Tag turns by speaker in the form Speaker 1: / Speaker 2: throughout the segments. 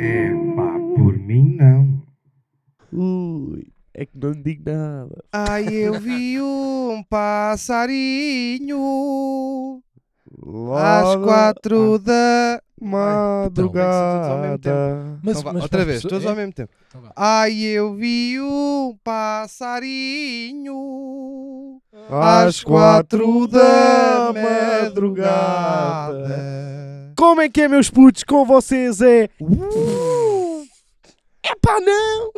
Speaker 1: É pá, por mim não.
Speaker 2: Ui, é que não digo nada.
Speaker 1: Ai, eu vi um passarinho às quatro da então, é madrugada.
Speaker 2: Mas,
Speaker 1: Então vá,
Speaker 2: mas
Speaker 1: outra
Speaker 2: para as
Speaker 1: vez,
Speaker 2: pessoas-
Speaker 1: todos ao mesmo tempo.
Speaker 3: Então vá.
Speaker 1: Ai, eu vi um passarinho
Speaker 2: Às quatro da madrugada. Como é que é, meus putos? Com vocês é. É pá, não!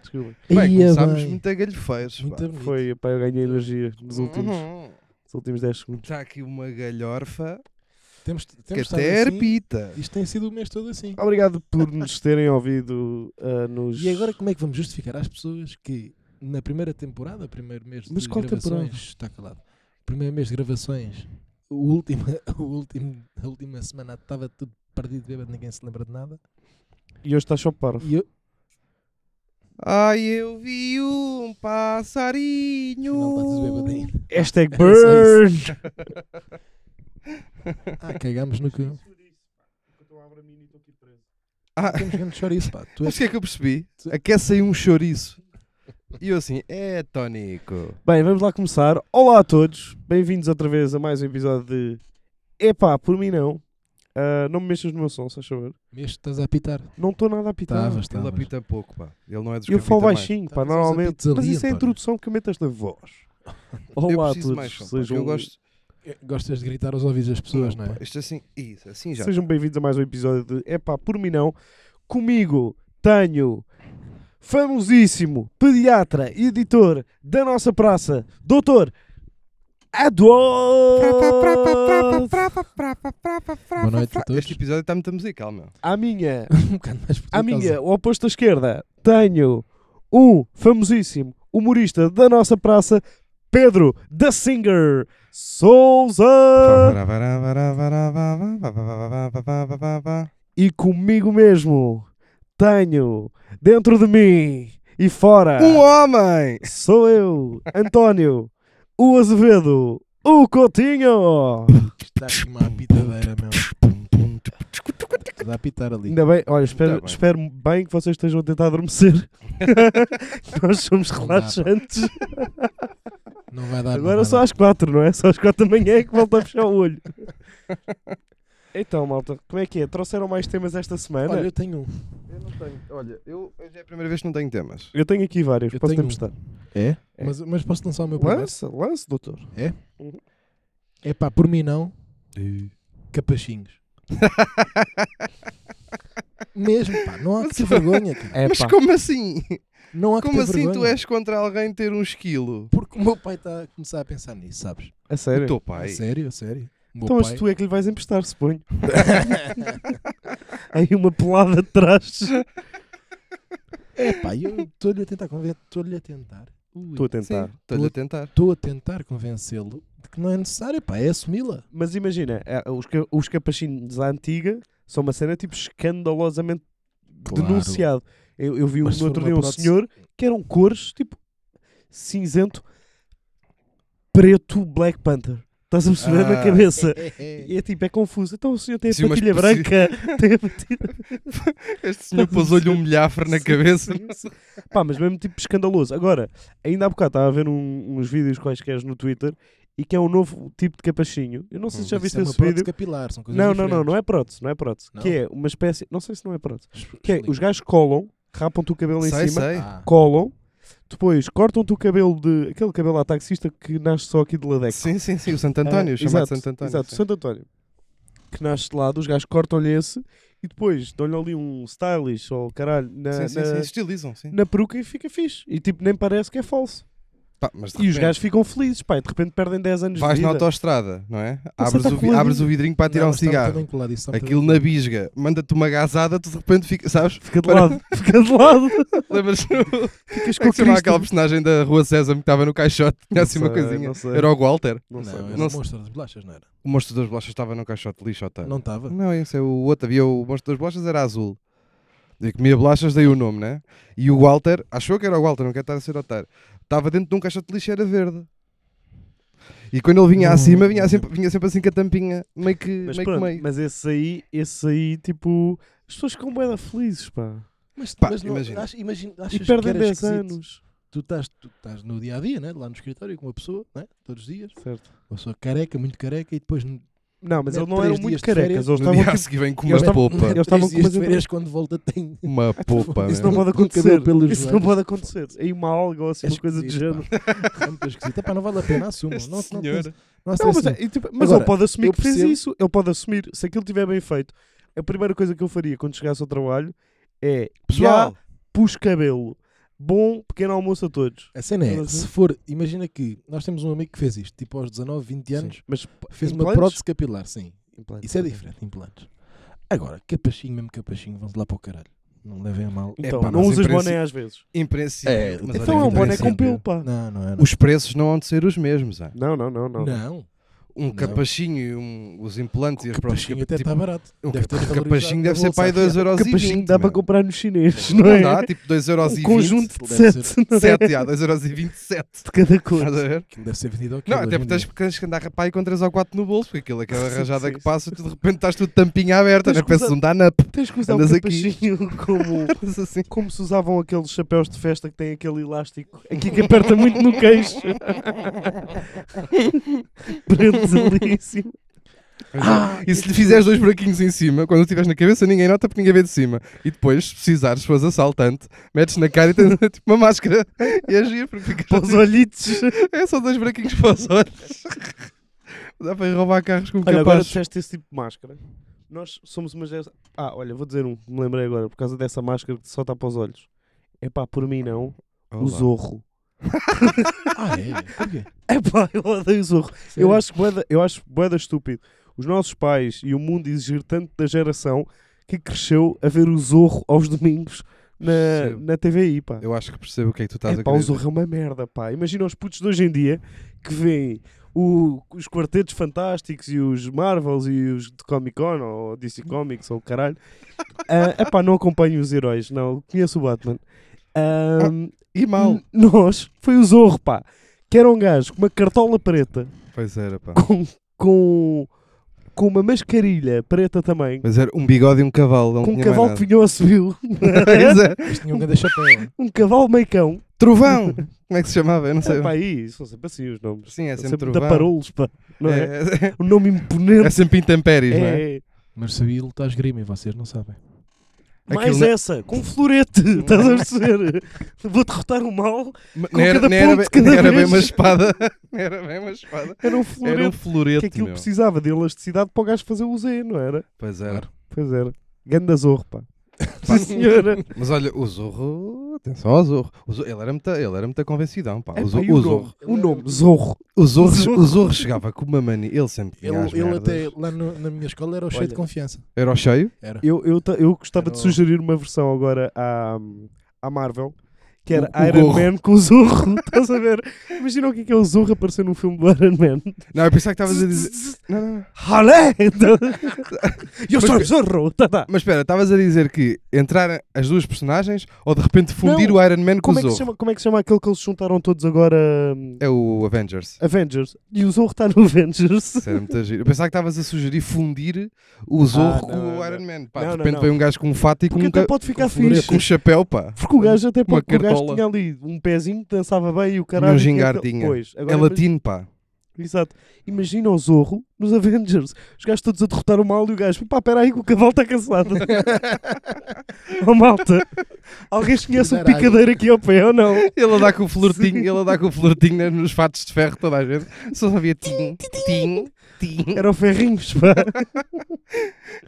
Speaker 2: Desculpa.
Speaker 1: Bem,
Speaker 2: Ia
Speaker 1: começámos
Speaker 2: bem.
Speaker 1: muito agalhofeios. pá.
Speaker 3: Muito bonito.
Speaker 2: Foi, pá, eu ganhei energia nos últimos,
Speaker 1: Uhum.
Speaker 2: nos últimos 10 segundos.
Speaker 1: Está aqui uma galhorfa
Speaker 3: Temos,
Speaker 1: que
Speaker 3: temos estado
Speaker 1: até
Speaker 3: assim.
Speaker 1: repita.
Speaker 3: Isto tem sido o mês todo assim.
Speaker 2: Obrigado por nos terem ouvido ah, nos.
Speaker 3: E agora como é que vamos justificar às pessoas que na primeira temporada, primeiro mês
Speaker 2: Mas
Speaker 3: de
Speaker 2: qual
Speaker 3: gravações,
Speaker 2: temporada?
Speaker 3: está calado. Primeiro mês de gravações, o último, o último, a última semana estava tudo perdido, bêbado, ninguém se lembra de nada.
Speaker 2: E hoje está só parvo.
Speaker 3: E eu,
Speaker 1: Ai, eu vi um
Speaker 3: afinal, estás bêbado
Speaker 1: passarinho.
Speaker 3: ainda.
Speaker 2: Hashtag
Speaker 3: Era só
Speaker 2: burn!
Speaker 3: Ah, cagámos no que.
Speaker 1: Ah,
Speaker 3: Temos grande chorizo, pá. Tu
Speaker 1: Mas o
Speaker 3: és...
Speaker 1: que é que eu percebi? Aquece aí um chouriço. E eu assim, é tónico.
Speaker 2: Bem, vamos lá começar. Olá a todos, bem-vindos outra vez a mais um episódio de Epá, por mim não. Ah, não me mexas no meu som, se achas
Speaker 3: Mês que estás a apitar.
Speaker 2: Não estou nada a apitar.
Speaker 3: Estavas,
Speaker 1: Ele
Speaker 3: estavas.
Speaker 1: apita pouco, pá. Ele não é dos
Speaker 2: Eu
Speaker 1: que
Speaker 2: falo
Speaker 1: apita mais.
Speaker 2: baixinho, pá,
Speaker 3: Estavas aos
Speaker 2: normalmente.
Speaker 3: apitos ali,
Speaker 2: Mas isso é a
Speaker 3: António.
Speaker 2: introdução que eu meto esta voz.
Speaker 1: Eu
Speaker 2: Olá a
Speaker 1: preciso
Speaker 2: todos,
Speaker 1: mais, som, pá, que
Speaker 2: sejam,
Speaker 1: eu gosto.
Speaker 3: Eh, Gostas de gritar aos ouvidos das pessoas, não,
Speaker 1: pá,
Speaker 3: é?
Speaker 1: Isto assim, isso, assim já.
Speaker 2: sejam bem-vindos a mais um episódio de Epá, por mim não. Comigo tenho famosíssimo pediatra e editor da nossa praça, Doutor Eduardo.
Speaker 3: Boa noite a todos.
Speaker 1: Este episódio está muito musical, meu.
Speaker 2: À minha
Speaker 3: Um bocado mais por
Speaker 2: À
Speaker 3: tua causa.
Speaker 2: minha, o oposto à esquerda, tenho um famosíssimo humorista da nossa praça, Pedro da Singer Souza. E comigo mesmo tenho, dentro de mim e fora,
Speaker 1: Um homem!
Speaker 2: sou eu, António, o Azevedo, o Coutinho.
Speaker 3: Está aqui uma apitadeira, meu. Estás a apitar ali.
Speaker 2: Ainda bem, olha, espero,
Speaker 1: Ainda bem.
Speaker 2: espero bem que vocês estejam a tentar adormecer. Nós somos
Speaker 3: Não dá, pá.
Speaker 2: relaxantes.
Speaker 3: Não vai dar.
Speaker 2: Agora
Speaker 3: não vai
Speaker 2: só
Speaker 3: dar.
Speaker 2: às quatro, Ah, não é? Só às quatro da manhã é que volta a fechar o olho. Então, malta, como é que é? Trouxeram mais temas esta semana?
Speaker 3: Olha, eu tenho um.
Speaker 1: Eu não tenho. Olha, eu hoje é a primeira vez que não tenho temas.
Speaker 2: eu tenho aqui vários,
Speaker 3: eu
Speaker 2: posso
Speaker 3: tenho
Speaker 2: testar.
Speaker 3: É?
Speaker 2: É.
Speaker 3: Mas, mas posso lançar o meu primeiro?
Speaker 2: Lança, lança, doutor.
Speaker 3: É pá, por mim não,
Speaker 2: É.
Speaker 3: capachinhos. Mesmo, pá, não há que ter vergonha, cara.
Speaker 2: É
Speaker 1: Mas como assim?
Speaker 3: Não há que
Speaker 1: Como
Speaker 3: ter
Speaker 1: assim
Speaker 3: vergonha.
Speaker 1: tu és contra alguém ter um esquilo?
Speaker 3: Porque o meu pai está a começar a pensar nisso, sabes?
Speaker 2: A é sério? Assim,
Speaker 1: O teu pai.
Speaker 3: A sério, a sério. O meu
Speaker 2: Então, mas
Speaker 3: pai-
Speaker 2: tu é que lhe vais emprestar, suponho. Aí uma pelada atrás.
Speaker 3: É pá, eu estou-lhe a tentar convencer, estou-lhe a tentar. Ui.
Speaker 2: Estou a tentar.
Speaker 1: é. Sim, estou-lhe a tentar.
Speaker 3: Estou a tentar convencê-lo de que não é necessário, pá, é assumi-la.
Speaker 2: Mas imagina, é, os, ca- os capachinhos à antiga são uma cena tipo escandalosamente
Speaker 3: Claro.
Speaker 2: denunciado. Eu, eu vi um,
Speaker 3: Mas se
Speaker 2: no outro
Speaker 3: for uma
Speaker 2: dia um
Speaker 3: prótese-
Speaker 2: senhor que eram cores tipo cinzento, preto, Black Panther. Estás a perceber
Speaker 1: Ah.
Speaker 2: na cabeça?
Speaker 3: É,
Speaker 2: E é tipo, é confuso. Então o senhor tem a
Speaker 1: Sim, mas
Speaker 2: patilha
Speaker 1: preciso-
Speaker 2: branca. Tem a patilha...
Speaker 1: Este senhor pousou-lhe um milhafre na
Speaker 2: Sim,
Speaker 1: cabeça.
Speaker 2: sim, sim. Pá, mas mesmo tipo escandaloso. Agora, ainda há bocado estava a ver um- uns vídeos quaisquer no Twitter e que é um novo tipo de capachinho. Eu não
Speaker 1: Hum,
Speaker 2: sei se já viste
Speaker 3: é uma
Speaker 2: esse
Speaker 3: prótese
Speaker 2: vídeo.
Speaker 3: capilar, são coisas
Speaker 2: Não, não, não, não é prótese, não é prótese.
Speaker 3: Não?
Speaker 2: Que é uma espécie, não sei se não é prótese.
Speaker 3: diferentes.
Speaker 2: Que é, os gajos colam, rapam-te o cabelo em
Speaker 1: Sei,
Speaker 2: cima,
Speaker 1: sei.
Speaker 3: Ah.
Speaker 2: colam, depois cortam-te o cabelo de. aquele cabelo à taxista é que nasce só aqui de Ladex.
Speaker 1: Sim, sim, sim. O Santo António,
Speaker 2: Ah,
Speaker 1: chamado
Speaker 2: exato,
Speaker 1: Santo António.
Speaker 2: Exato,
Speaker 1: sim.
Speaker 2: Santo António. Que nasce de lado, os gajos cortam-lhe esse e depois dão-lhe ali um stylish ou caralho na,
Speaker 1: Sim, sim,
Speaker 2: na,
Speaker 1: sim, estilizam, sim.
Speaker 2: na peruca e fica fixe. E tipo, nem parece que é falso.
Speaker 1: Pá, mas de
Speaker 2: E os
Speaker 1: repente,
Speaker 2: gajos ficam felizes, pá, e de repente perdem 10 anos
Speaker 1: vais
Speaker 2: de
Speaker 1: na
Speaker 2: vida.
Speaker 1: autoestrada, não é?
Speaker 2: Mas tá
Speaker 1: Abres
Speaker 2: está
Speaker 1: o, vi-
Speaker 2: coladinho.
Speaker 1: abres o vidrinho para tirar
Speaker 3: Não,
Speaker 1: um
Speaker 2: tá
Speaker 3: mas está muito
Speaker 1: cigarro.
Speaker 3: bem colado, isso está muito
Speaker 1: Aquilo
Speaker 3: bem
Speaker 1: na bisga, manda-te uma gazada, tu de repente fica, sabes?
Speaker 2: Fica de lado, fica de lado.
Speaker 1: Lembras-te? Como
Speaker 2: Ficas com
Speaker 1: é que se chamava
Speaker 2: Cristo.
Speaker 1: aquela personagem da Rua Sésamo que estava no caixote? Tinha
Speaker 2: Não
Speaker 1: assim uma
Speaker 2: sei,
Speaker 1: coisinha.
Speaker 2: não sei.
Speaker 1: Era o Walter.
Speaker 2: Não sei.
Speaker 3: Não, era
Speaker 1: Não
Speaker 3: o
Speaker 1: sei.
Speaker 3: monstro das bolachas, não era?
Speaker 1: O monstro Ah. das bolachas estava no caixote lixo, otário.
Speaker 3: Não estava.
Speaker 1: Não, esse é o outro. Havia o monstro das bolachas, era azul. Eu comia bolachas, dei o nome, né? E o Walter, achou que era o Walter, não quero estar a ser otário, estava dentro de um caixote de lixeira verde. E quando ele vinha
Speaker 3: Não.
Speaker 1: acima, vinha sempre, vinha sempre assim com a tampinha meio que meio.
Speaker 2: Mas
Speaker 1: que
Speaker 2: pronto,
Speaker 1: meio.
Speaker 2: mas esse aí, esse aí, tipo, as pessoas ficam bem felizes, pá.
Speaker 3: Mas,
Speaker 1: Pá,
Speaker 3: mas não,
Speaker 1: imagina.
Speaker 3: ach- imagina,
Speaker 2: E
Speaker 3: achas
Speaker 2: perdem
Speaker 3: que era
Speaker 2: 10
Speaker 3: esquisito?
Speaker 2: anos.
Speaker 3: Tu estás, tu estás no dia a dia, né? lá no escritório com uma pessoa, né? todos os dias.
Speaker 2: Certo.
Speaker 3: Uma pessoa careca, muito careca, e depois n-
Speaker 2: Não, mas
Speaker 3: Mete
Speaker 2: eles não
Speaker 3: três
Speaker 2: eram muito
Speaker 3: dias de
Speaker 2: carecas.
Speaker 3: férias
Speaker 2: Eles
Speaker 1: no dia
Speaker 2: estavam
Speaker 1: a
Speaker 2: tipo,
Speaker 1: seguir vem com
Speaker 3: Eles
Speaker 1: uma
Speaker 2: estavam-
Speaker 1: popa.
Speaker 2: Eles estavam
Speaker 3: três dias de
Speaker 2: completamente-
Speaker 3: férias quando volta tem.
Speaker 1: Uma né? popa.
Speaker 3: Isso
Speaker 2: Isso não
Speaker 1: meu.
Speaker 2: pode
Speaker 3: Com cabelo
Speaker 2: acontecer.
Speaker 3: pelos
Speaker 2: Isso não
Speaker 3: joelhos.
Speaker 2: pode acontecer. Aí uma alga ou assim,
Speaker 3: É
Speaker 2: uma coisa do
Speaker 3: esquisito,
Speaker 2: género.
Speaker 3: pá. É muito esquisito. Epá, não vale a pena, assumam. Não, não,
Speaker 1: Senhora.
Speaker 3: tens- não há
Speaker 2: Não, mas,
Speaker 3: stress
Speaker 2: é, e tipo, mas
Speaker 3: Agora,
Speaker 2: ele pode assumir
Speaker 3: eu
Speaker 2: que fez
Speaker 3: percebo-
Speaker 2: isso. Ele pode assumir. Se aquilo estiver bem feito, a primeira coisa que eu faria quando chegasse ao trabalho é
Speaker 1: Pessoal,
Speaker 2: já pus cabelo. Bom pequeno almoço a todos.
Speaker 3: A cena é,
Speaker 2: Mas,
Speaker 3: se for, imagina que nós temos um amigo que fez isto, tipo aos 19, 20 anos,
Speaker 2: Sim. Mas
Speaker 3: fez uma
Speaker 2: implantes?
Speaker 3: prótese capilar, sim. Isso é diferente, implantes. Agora, capachinho, mesmo capachinho, vamos lá para o caralho. Não levem a mal.
Speaker 2: Então,
Speaker 1: É pá,
Speaker 2: não
Speaker 1: mas em
Speaker 2: usas
Speaker 1: princípio-
Speaker 2: boné às vezes.
Speaker 1: em princípio.
Speaker 3: É,
Speaker 1: mas
Speaker 3: então
Speaker 1: olha,
Speaker 2: é um
Speaker 1: em
Speaker 2: boné
Speaker 1: princípio,
Speaker 2: com pelo, pá.
Speaker 3: Não, não é. Não.
Speaker 1: Os preços não hão de ser os mesmos. ah.
Speaker 2: Não, não, não, não.
Speaker 3: não.
Speaker 1: Um
Speaker 3: Não.
Speaker 1: capachinho e um- os implantes e
Speaker 3: O
Speaker 1: as próteses.
Speaker 3: capachinho até está
Speaker 2: tá
Speaker 3: barato.
Speaker 1: Um
Speaker 3: Deve ter
Speaker 1: capa-
Speaker 3: valorizado
Speaker 1: capachinho deve
Speaker 3: a
Speaker 1: ser
Speaker 3: bolsa
Speaker 1: para aí
Speaker 3: aqui.
Speaker 1: 2 euros
Speaker 2: O Um capachinho dá para comprar nos chineses, não, é?
Speaker 1: dá, tipo 2 euros
Speaker 2: um conjunto de
Speaker 3: Deve
Speaker 2: sete
Speaker 3: ser.
Speaker 2: não é?
Speaker 1: 7, já, 2 euros e 27.
Speaker 2: de cada cor.
Speaker 1: Estás a ver?
Speaker 3: Aquilo deve ser vendido ao quilo
Speaker 1: Não, até
Speaker 3: hoje em
Speaker 1: porque tens,
Speaker 3: dia.
Speaker 1: tens que andar rapaz com 3 ou 4 no bolso, porque aquilo, aquela
Speaker 2: Sim,
Speaker 1: rajada
Speaker 2: sim,
Speaker 1: que
Speaker 2: sim.
Speaker 1: passa, tu de repente estás tudo tampinha aberta,
Speaker 2: Tens
Speaker 1: não
Speaker 2: que
Speaker 1: parece
Speaker 2: usar-
Speaker 1: um dano-up.
Speaker 2: Tens que usar um
Speaker 1: Andas aqui.
Speaker 2: capachinho como,
Speaker 1: Mas assim,
Speaker 2: como se usavam aqueles chapéus de festa que têm aquele elástico aqui que aperta muito no queixo. Prendes alíssimo. Ah,
Speaker 1: e se lhe fizeres dois buraquinhos em cima, quando o tiveres na cabeça, ninguém nota porque ninguém vê de cima. E depois, se precisares, se fores assaltante, metes na cara e tens tipo uma máscara e agir, porque ficas
Speaker 2: Para os olhitos.
Speaker 1: É só dois buraquinhos para os olhos. Dá para ir roubar carros com
Speaker 2: Olha, agora
Speaker 1: capaz.
Speaker 2: disseste esse tipo de máscara. Nós somos uma geração. Ah, olha, vou dizer um que me lembrei agora, por causa dessa máscara que só está para os olhos. É pá, por mim não. O Zorro.
Speaker 3: Ah, é? Porquê?
Speaker 2: É pá, eu odeio o Zorro. Eu acho, boeda, eu acho boeda estúpido os nossos pais e o mundo exigir tanto da geração que cresceu a ver o Zorro aos domingos na,
Speaker 1: Percebo.
Speaker 2: na TVI, pá.
Speaker 1: Eu acho que percebo o que é que tu estás
Speaker 2: É
Speaker 1: a
Speaker 2: pá, o
Speaker 1: querer.
Speaker 2: Zorro é uma merda, pá. Imagina os putos de hoje em dia que veem o- os quartetos fantásticos e os Marvels e os de Comic Con ou DC Comics ou o caralho. É pá, não acompanho os heróis, não. Conheço o Batman. Ah,
Speaker 1: E mal.
Speaker 2: n- Nós, foi o Zorro, pá. Que era um gajo com uma cartola preta
Speaker 1: Pois era, pá.
Speaker 2: com, com, com uma mascarilha preta também,
Speaker 1: Mas era um bigode e um cavalo. Não
Speaker 2: com um
Speaker 1: tinha mais
Speaker 2: cavalo que vinhou a subiu,
Speaker 1: nada. Pois é.
Speaker 3: Mas tinha um grande chapéu.
Speaker 2: um cavalo meicão.
Speaker 1: Trovão! Como é que se chamava? Eu não sei.
Speaker 2: É, pá, aí, são sempre assim os nomes.
Speaker 1: Sim, é
Speaker 2: É
Speaker 1: sempre,
Speaker 2: sempre da
Speaker 1: Trovão.
Speaker 2: Parolos, pá. Não é?
Speaker 1: é,
Speaker 2: O nome
Speaker 1: é
Speaker 2: imponente
Speaker 1: sempre intempéries, não é?
Speaker 2: é.
Speaker 3: Mas sabia lutar esgrima e vocês não sabem.
Speaker 2: Mais
Speaker 1: Aquilo não- é-
Speaker 2: essa, com florete, estás a perceber? Vou derrotar o mal,
Speaker 1: Não
Speaker 2: com
Speaker 1: era,
Speaker 2: cada
Speaker 1: não era
Speaker 2: ponto,
Speaker 1: bem,
Speaker 2: cada
Speaker 1: não era bem
Speaker 2: vez.
Speaker 1: uma espada. Não era bem uma espada.
Speaker 2: era
Speaker 1: Era
Speaker 2: um
Speaker 1: um
Speaker 2: florete.
Speaker 1: florete,
Speaker 2: que aquilo
Speaker 1: meu.
Speaker 2: precisava de elasticidade para o gajo fazer o Z, não era?
Speaker 1: Pois era.
Speaker 2: Pois era. Ganda zorro, pá.
Speaker 1: Pá.
Speaker 2: Sim, senhora.
Speaker 1: Mas olha, o Zorro... Atenção ao Zorro. O Zorro- Ele era muito, ele era muito convencidão, pá.
Speaker 2: É,
Speaker 1: O
Speaker 2: pá,
Speaker 1: Zorro-
Speaker 2: e o
Speaker 1: o
Speaker 2: nome?
Speaker 1: Zorro...
Speaker 2: O nome, Zorro.
Speaker 1: O Zorro,
Speaker 2: Zorro.
Speaker 1: o Zorro chegava com uma mania. Ele sempre tinha
Speaker 3: Ele,
Speaker 1: as
Speaker 3: ele
Speaker 1: merdas.
Speaker 3: até lá no- na minha escola era o cheio
Speaker 2: Olha.
Speaker 3: de confiança.
Speaker 1: Era o cheio?
Speaker 3: Era.
Speaker 2: Eu, eu, ta- eu gostava
Speaker 3: Era
Speaker 2: de
Speaker 3: o-
Speaker 2: sugerir uma versão agora à, à Marvel, que era
Speaker 1: O- o
Speaker 2: Iron
Speaker 1: gorro.
Speaker 2: Man com o Zorro. Estás a ver? Imagina o que é, que é o Zorro aparecer num filme do Iron Man.
Speaker 1: Não, eu pensava que estavas a dizer... Não, não, não.
Speaker 2: Halé! então. Eu sou o
Speaker 1: Mas-
Speaker 2: Zorro! Tá, tá.
Speaker 1: Mas espera, estavas a dizer que entrar as duas personagens ou de repente fundir
Speaker 2: Não.
Speaker 1: o Iron Man com o
Speaker 2: Como, é que se
Speaker 1: Zorro?
Speaker 2: chama, como é que se chama aquele que eles juntaram todos agora? hum,
Speaker 1: É o Avengers.
Speaker 2: Avengers. E o Zorro está no Avengers.
Speaker 1: Isso era muito giro. Eu pensava que estavas a sugerir fundir o Zorro
Speaker 2: Ah, não,
Speaker 1: com o
Speaker 2: não,
Speaker 1: Iron Man. Pá,
Speaker 2: Não,
Speaker 1: de
Speaker 2: não,
Speaker 1: repente
Speaker 2: não.
Speaker 1: vem um gajo com um fato e com
Speaker 2: Porque
Speaker 1: um,
Speaker 2: até
Speaker 1: ca-
Speaker 2: pode ficar
Speaker 1: com um
Speaker 2: fixe.
Speaker 1: chapéu, pá.
Speaker 2: Porque o gajo até
Speaker 1: Uma
Speaker 2: pode. O gajo
Speaker 1: cartola.
Speaker 2: tinha ali um pezinho, dançava bem e o caralho. tinha aquele-
Speaker 1: gingardinha.
Speaker 2: Pois, agora
Speaker 1: É
Speaker 2: imagina-
Speaker 1: latino, pá.
Speaker 2: Exato. Imagina o Zorro nos Avengers. Os gajos todos a derrotar o mal e o gajo, pá, peraí que o cavalo está cancelado. oh, malta, alguém conhece um
Speaker 3: Dar água.
Speaker 2: picadeiro aqui ao pé ou não?
Speaker 1: Ele a dar com o flortinho, ele a dar com o flortinho né, nos fatos de ferro toda a gente. Só sabia tim, tim, tim.
Speaker 2: Era o Ferrinhos, pá.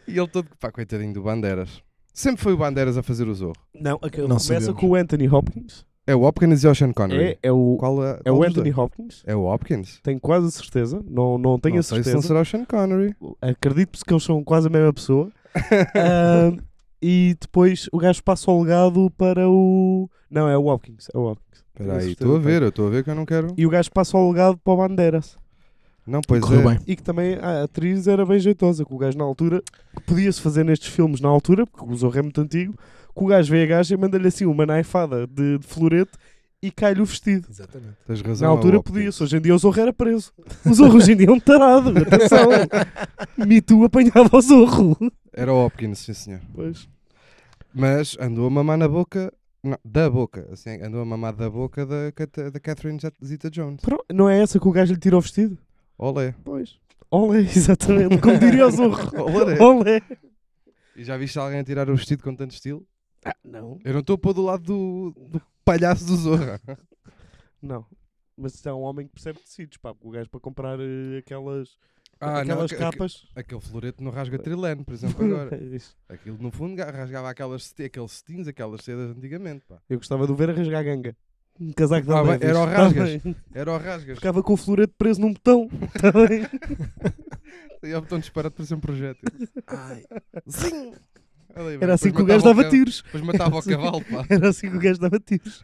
Speaker 1: E ele todo, pá, coitadinho do Bandeiras. Sempre foi o Bandeiras a fazer o Zorro.
Speaker 2: Não, aquele
Speaker 3: Não
Speaker 2: começa
Speaker 3: sabemos.
Speaker 2: com o Anthony Hopkins.
Speaker 1: É o Hopkins e o Sean Connery.
Speaker 2: É, é o,
Speaker 1: Qual a-
Speaker 2: é
Speaker 1: qual
Speaker 2: o
Speaker 1: dos
Speaker 2: Anthony
Speaker 1: dois?
Speaker 2: Hopkins.
Speaker 1: É o Hopkins?
Speaker 2: Tenho quase a certeza. Não, não tenho
Speaker 1: não
Speaker 2: a
Speaker 1: sei se não
Speaker 2: certeza.
Speaker 1: será o Sean Connery.
Speaker 2: Acredito-se que eles são quase a mesma pessoa. Ah, e depois o gajo passa o legado para o. Não, é o Hopkins. É o Hopkins.
Speaker 1: Espera
Speaker 2: certeza
Speaker 1: aí, estou a
Speaker 2: que
Speaker 1: ver, eu estou a ver que eu não quero.
Speaker 2: E o gajo passa o legado para o Bandeiras.
Speaker 1: Não, pois
Speaker 3: Correu
Speaker 1: é.
Speaker 3: bem.
Speaker 2: E que também a atriz era bem jeitosa, que o gajo na altura, que podia-se fazer nestes filmes na altura, porque o Zorro é muito antigo, que que o gajo vê a gaja e manda-lhe assim uma naifada de, de florete e cai-lhe o vestido.
Speaker 3: Exatamente.
Speaker 1: Tens
Speaker 2: Na
Speaker 1: razão. é
Speaker 2: altura
Speaker 1: Al Capone.
Speaker 2: podia-se, hoje em dia o Zorro era preso. O Zorro hoje em dia é um tarado, atenção. Me Too apanhava o Zorro.
Speaker 1: Era o Hopkins, sim senhor.
Speaker 2: Pois.
Speaker 1: Mas andou a mamar na boca. Não, da boca. Assim, andou a mamar da boca da, Cata- da Catherine Zeta Jones.
Speaker 2: Pro- Não é essa que o gajo lhe tirou o vestido?
Speaker 1: Olé.
Speaker 2: Pois. Olé, exatamente, como diria o Zorro.
Speaker 1: Olé.
Speaker 2: Olé.
Speaker 1: E já viste alguém a tirar o vestido com tanto estilo?
Speaker 2: Ah, não.
Speaker 1: Eu não estou a pôr do lado do, do palhaço do Zorra.
Speaker 2: Não. Mas se é um homem que percebe tecidos, pá, porque o gajo para comprar eh, aquelas,
Speaker 1: Ah, não,
Speaker 2: aquelas
Speaker 1: aque- aque-
Speaker 2: capas. É
Speaker 1: Aquele floreto não rasga trilano, por exemplo, agora.
Speaker 2: Isso.
Speaker 1: Aquilo no fundo ga- rasgava aquelas, ce- aqueles cetins, aquelas sedas antigamente. Pá.
Speaker 2: Eu gostava de o ver a rasgar a ganga. Um casaco
Speaker 1: Ah,
Speaker 2: da
Speaker 1: bem,
Speaker 2: Levis.
Speaker 1: era o
Speaker 2: Tá
Speaker 1: rasgas.
Speaker 2: bem.
Speaker 1: Era o rasgas.
Speaker 2: Ficava com o floreto preso num botão. Tá bem?
Speaker 1: E o botão disparado para ser um projétil. Sim!
Speaker 2: Era assim que o gajo dava tiros.
Speaker 1: Depois matava o cavalo, pá.
Speaker 2: Era assim que o gajo dava tiros.